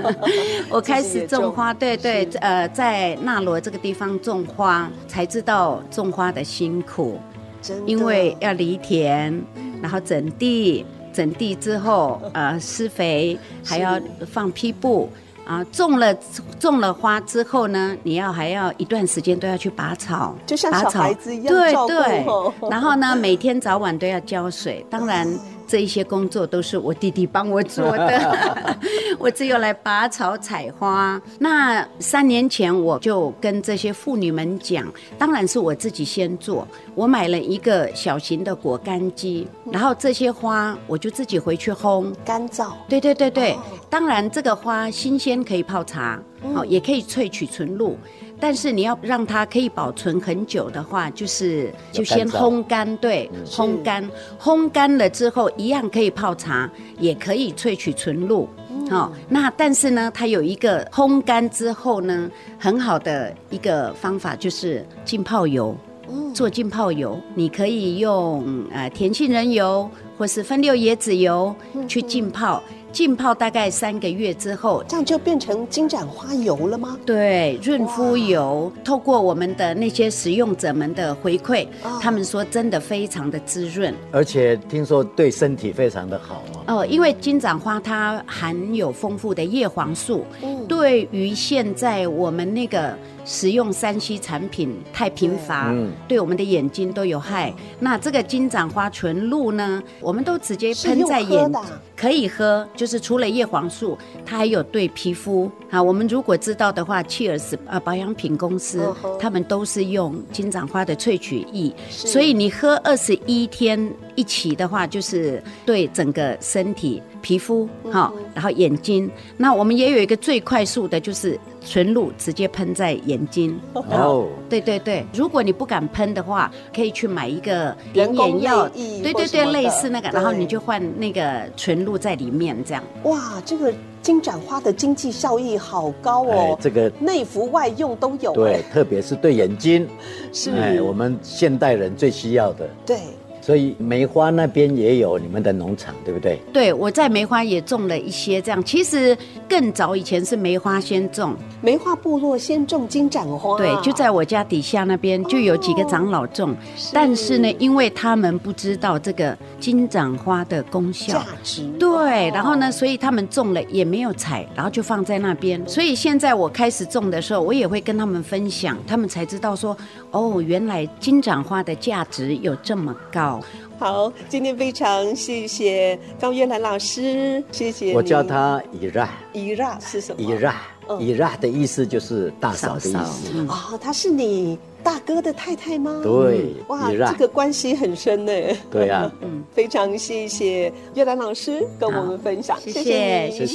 Speaker 10: 我开始种花，对对，呃，在纳罗这个地方种花，才知道种花的辛苦，
Speaker 1: 真的
Speaker 10: 因为要犁田，然后整地，整地之后，呃，施肥，还要放坯布。
Speaker 7: 啊，种了种了花之后呢，你要还要一段时间都要去拔草，
Speaker 10: 就像
Speaker 7: 拔
Speaker 10: 小
Speaker 7: 草
Speaker 10: 孩子一样
Speaker 7: 对
Speaker 10: 照顾哦
Speaker 7: 对，然后呢，每天早晚都要浇水。当然，这一些工作都是我弟弟帮我做的， [LAUGHS] 我只有来拔草、采花。那三年前我就跟这些妇女们讲，当然是我自己先做。我买了一个小型的果干机，然后这些花我就自己回去烘，
Speaker 10: 干燥，
Speaker 7: 对对对对，当然这个花新鲜可以泡茶，
Speaker 10: 嗯
Speaker 7: 哦，也可以萃取纯露，但是你要让它可以保存很久的话，就是就
Speaker 2: 干
Speaker 7: 先
Speaker 2: 燥嗯
Speaker 7: 烘干，对，烘干，烘干了之后一样可以泡茶，也可以萃取纯露。
Speaker 10: 嗯
Speaker 7: 哦，那但是呢，它有一个烘干之后呢，很好的一个方法就是浸泡油。
Speaker 10: 嗯
Speaker 7: 做浸泡油，你可以用呃甜杏仁油或是分六椰子油
Speaker 10: 嗯
Speaker 7: 去浸泡，浸泡大概三个月之后。
Speaker 10: 这样就变成金盏花油了吗？
Speaker 7: 对润肤油，透过我们的那些使用者们的回馈，
Speaker 10: 哦
Speaker 7: 他们说真的非常的滋润
Speaker 2: 而且听说对身体非常的好啊。
Speaker 7: 哦。因为金盏花它含有丰富的叶黄素，
Speaker 10: 嗯
Speaker 7: 对于现在我们那个使用三 C 产品太频繁，
Speaker 2: 嗯
Speaker 7: 对我们的眼睛都有害。那这个金盏花纯露呢，我们都直接喷在
Speaker 10: 是用喝
Speaker 7: 眼
Speaker 10: 的啊，
Speaker 7: 可以喝，就是除了叶黄素，它还有对皮肤啊。我们如果知道的话，Cheers 啊保养品公司
Speaker 10: 嗯哼，
Speaker 7: 他们都是用金盏花的萃取液，所以你喝二十一天一起的话，就是对整个身体、皮肤哈，然后眼睛。那我们也有一个最快速的，就是纯露直接喷在眼睛，然后。
Speaker 2: 哦，
Speaker 7: 对对对，如果你不敢喷的话，可以去买一个
Speaker 10: 人
Speaker 7: 点
Speaker 10: 工
Speaker 7: 眼药，
Speaker 10: 泪液
Speaker 7: 对
Speaker 10: 或
Speaker 7: 对
Speaker 10: 什
Speaker 7: 对
Speaker 10: 么，的
Speaker 7: 类似那个，然后
Speaker 10: 对
Speaker 7: 你就换那个纯露在里面，这样
Speaker 10: 哇，这个金盏花的经济效益好高
Speaker 2: 哎
Speaker 10: 哦，，
Speaker 2: 这个
Speaker 10: 内服外用都有，哦
Speaker 2: 对，特别是对眼睛，
Speaker 10: 是
Speaker 2: 哎，我们现代人最需要的。
Speaker 10: 对，
Speaker 2: 所以梅花那边也有你们的农场，对不对？
Speaker 7: 对我在梅花也种了一些这样。其实更早以前是梅花先种，
Speaker 10: 梅花部落先种金盏花，
Speaker 7: 对，就在我家底下那边就有几个长老种，但是呢，因为他们不知道这个金盏花的功效
Speaker 10: 价。值，
Speaker 7: 对，
Speaker 10: 哦
Speaker 7: 然后呢，所以他们种了也没有采，然后就放在那边。所以现在我开始种的时候，我也会跟他们分享，他们才知道说，哦，原来金盏花的价值有这么高。
Speaker 10: 哦好，今天非常谢谢高渊兰老师，谢谢你。
Speaker 2: 我叫它以让，
Speaker 10: 伊拉是什么？
Speaker 2: 以让，以让的意思就是嗯大嫂嗯的意
Speaker 7: 嫂嫂
Speaker 2: 思。
Speaker 10: 啊、她是你大哥的太太吗？
Speaker 2: 对
Speaker 10: 哇，
Speaker 2: 以让
Speaker 10: 这个关系很深呢。
Speaker 2: 对啊，
Speaker 10: [LAUGHS] 非常谢谢月兰老师跟我们分享，
Speaker 7: 谢
Speaker 10: 谢
Speaker 7: 谢
Speaker 10: 你
Speaker 2: 谢谢，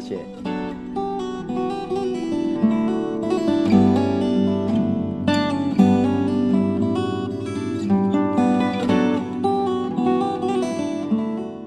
Speaker 2: 谢谢。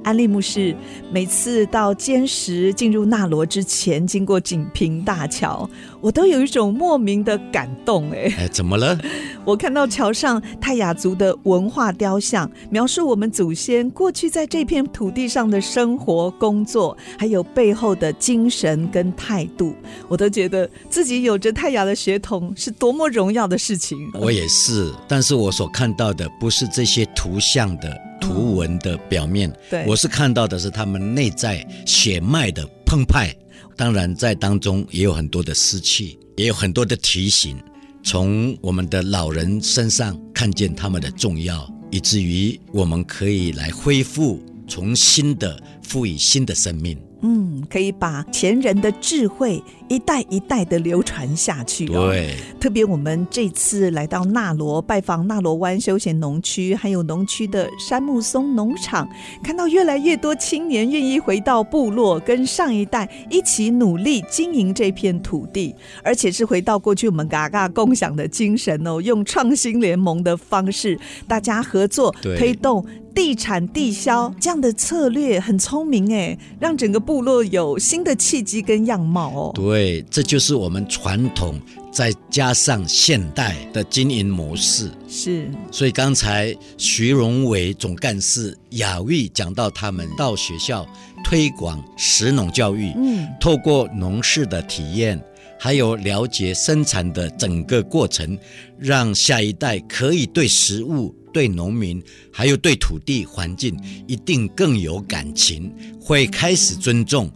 Speaker 1: 安利牧师每次到坚石进入纳罗之前，经过锦屏大桥，我都有一种莫名的感动。哎， [LAUGHS]
Speaker 3: 哎，怎么了？
Speaker 1: 我看到桥上泰雅族的文化雕像，描述我们祖先过去在这片土地上的生活、工作，还有背后的精神跟态度，我都觉得自己有着泰雅的血统是多么荣耀的事情。
Speaker 3: 我也是，但是我所看到的不是这些图像的、图文的表面，
Speaker 1: 对
Speaker 3: 我是看到的是他们内在血脉的澎湃。当然，在当中也有很多的失去，也有很多的提醒，从我们的老人身上看见他们的重要，以至于我们可以来恢复，重新的赋予新的生命。
Speaker 1: 嗯，可以把前人的智慧一代一代的流传下去、哦。。
Speaker 3: 对，
Speaker 1: 特别我们这次来到纳罗拜访纳罗湾休闲农区，还有农区的杉木松农场，看到越来越多青年愿意回到部落，跟上一代一起努力经营这片土地，而且是回到过去我们嘎嘎共享的精神哦，用创新联盟的方式，大家合作
Speaker 3: 对
Speaker 1: 推动。地产地销这样的策略很聪明哎，让整个部落有新的契机跟样貌哦。
Speaker 3: 对，这就是我们传统再加上现代的经营模式。
Speaker 1: 是，
Speaker 3: 所以刚才徐荣伟总干事雅玉讲到，他们到学校推广食农教育，
Speaker 1: 嗯，
Speaker 3: 透过农事的体验，还有了解生产的整个过程，让下一代可以对食物、对农民，还有对土地环境一定更有感情，会开始尊重。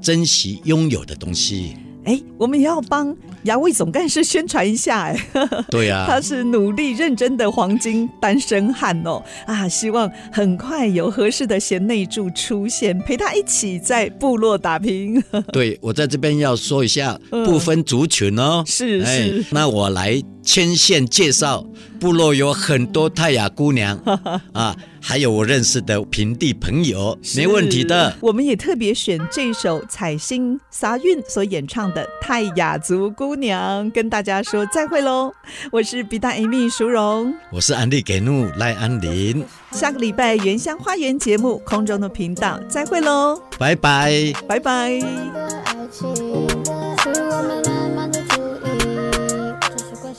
Speaker 3: 珍惜拥有的东西。
Speaker 1: 哎，我们也要帮牙卫总干事宣传一下哎。
Speaker 3: 对啊
Speaker 1: [LAUGHS]
Speaker 3: 呀、
Speaker 1: 他是努力认真的黄金单身汉哦啊！希望很快有合适的贤内助出现，陪他一起在部落打拼。 [LAUGHS]
Speaker 3: 对我在这边要说一下，不分族群哦。
Speaker 1: 嗯是是
Speaker 3: 那我来牵线介绍，部落有很多泰雅姑
Speaker 1: [LAUGHS]
Speaker 3: 娘啊，还有我认识的平地朋友，没问题的
Speaker 1: 是。我们也特别选这首彩星撒韵所演唱的《泰雅族姑娘》，跟大家说再会喽。我是比大 Amy 淑荣，
Speaker 3: 我是安利给怒赖安林，
Speaker 1: 下个礼拜原乡花园节目空中的频道再会喽，
Speaker 3: 拜拜。
Speaker 1: 拜拜。
Speaker 7: 爱情是我们浪漫的主意，这是关系。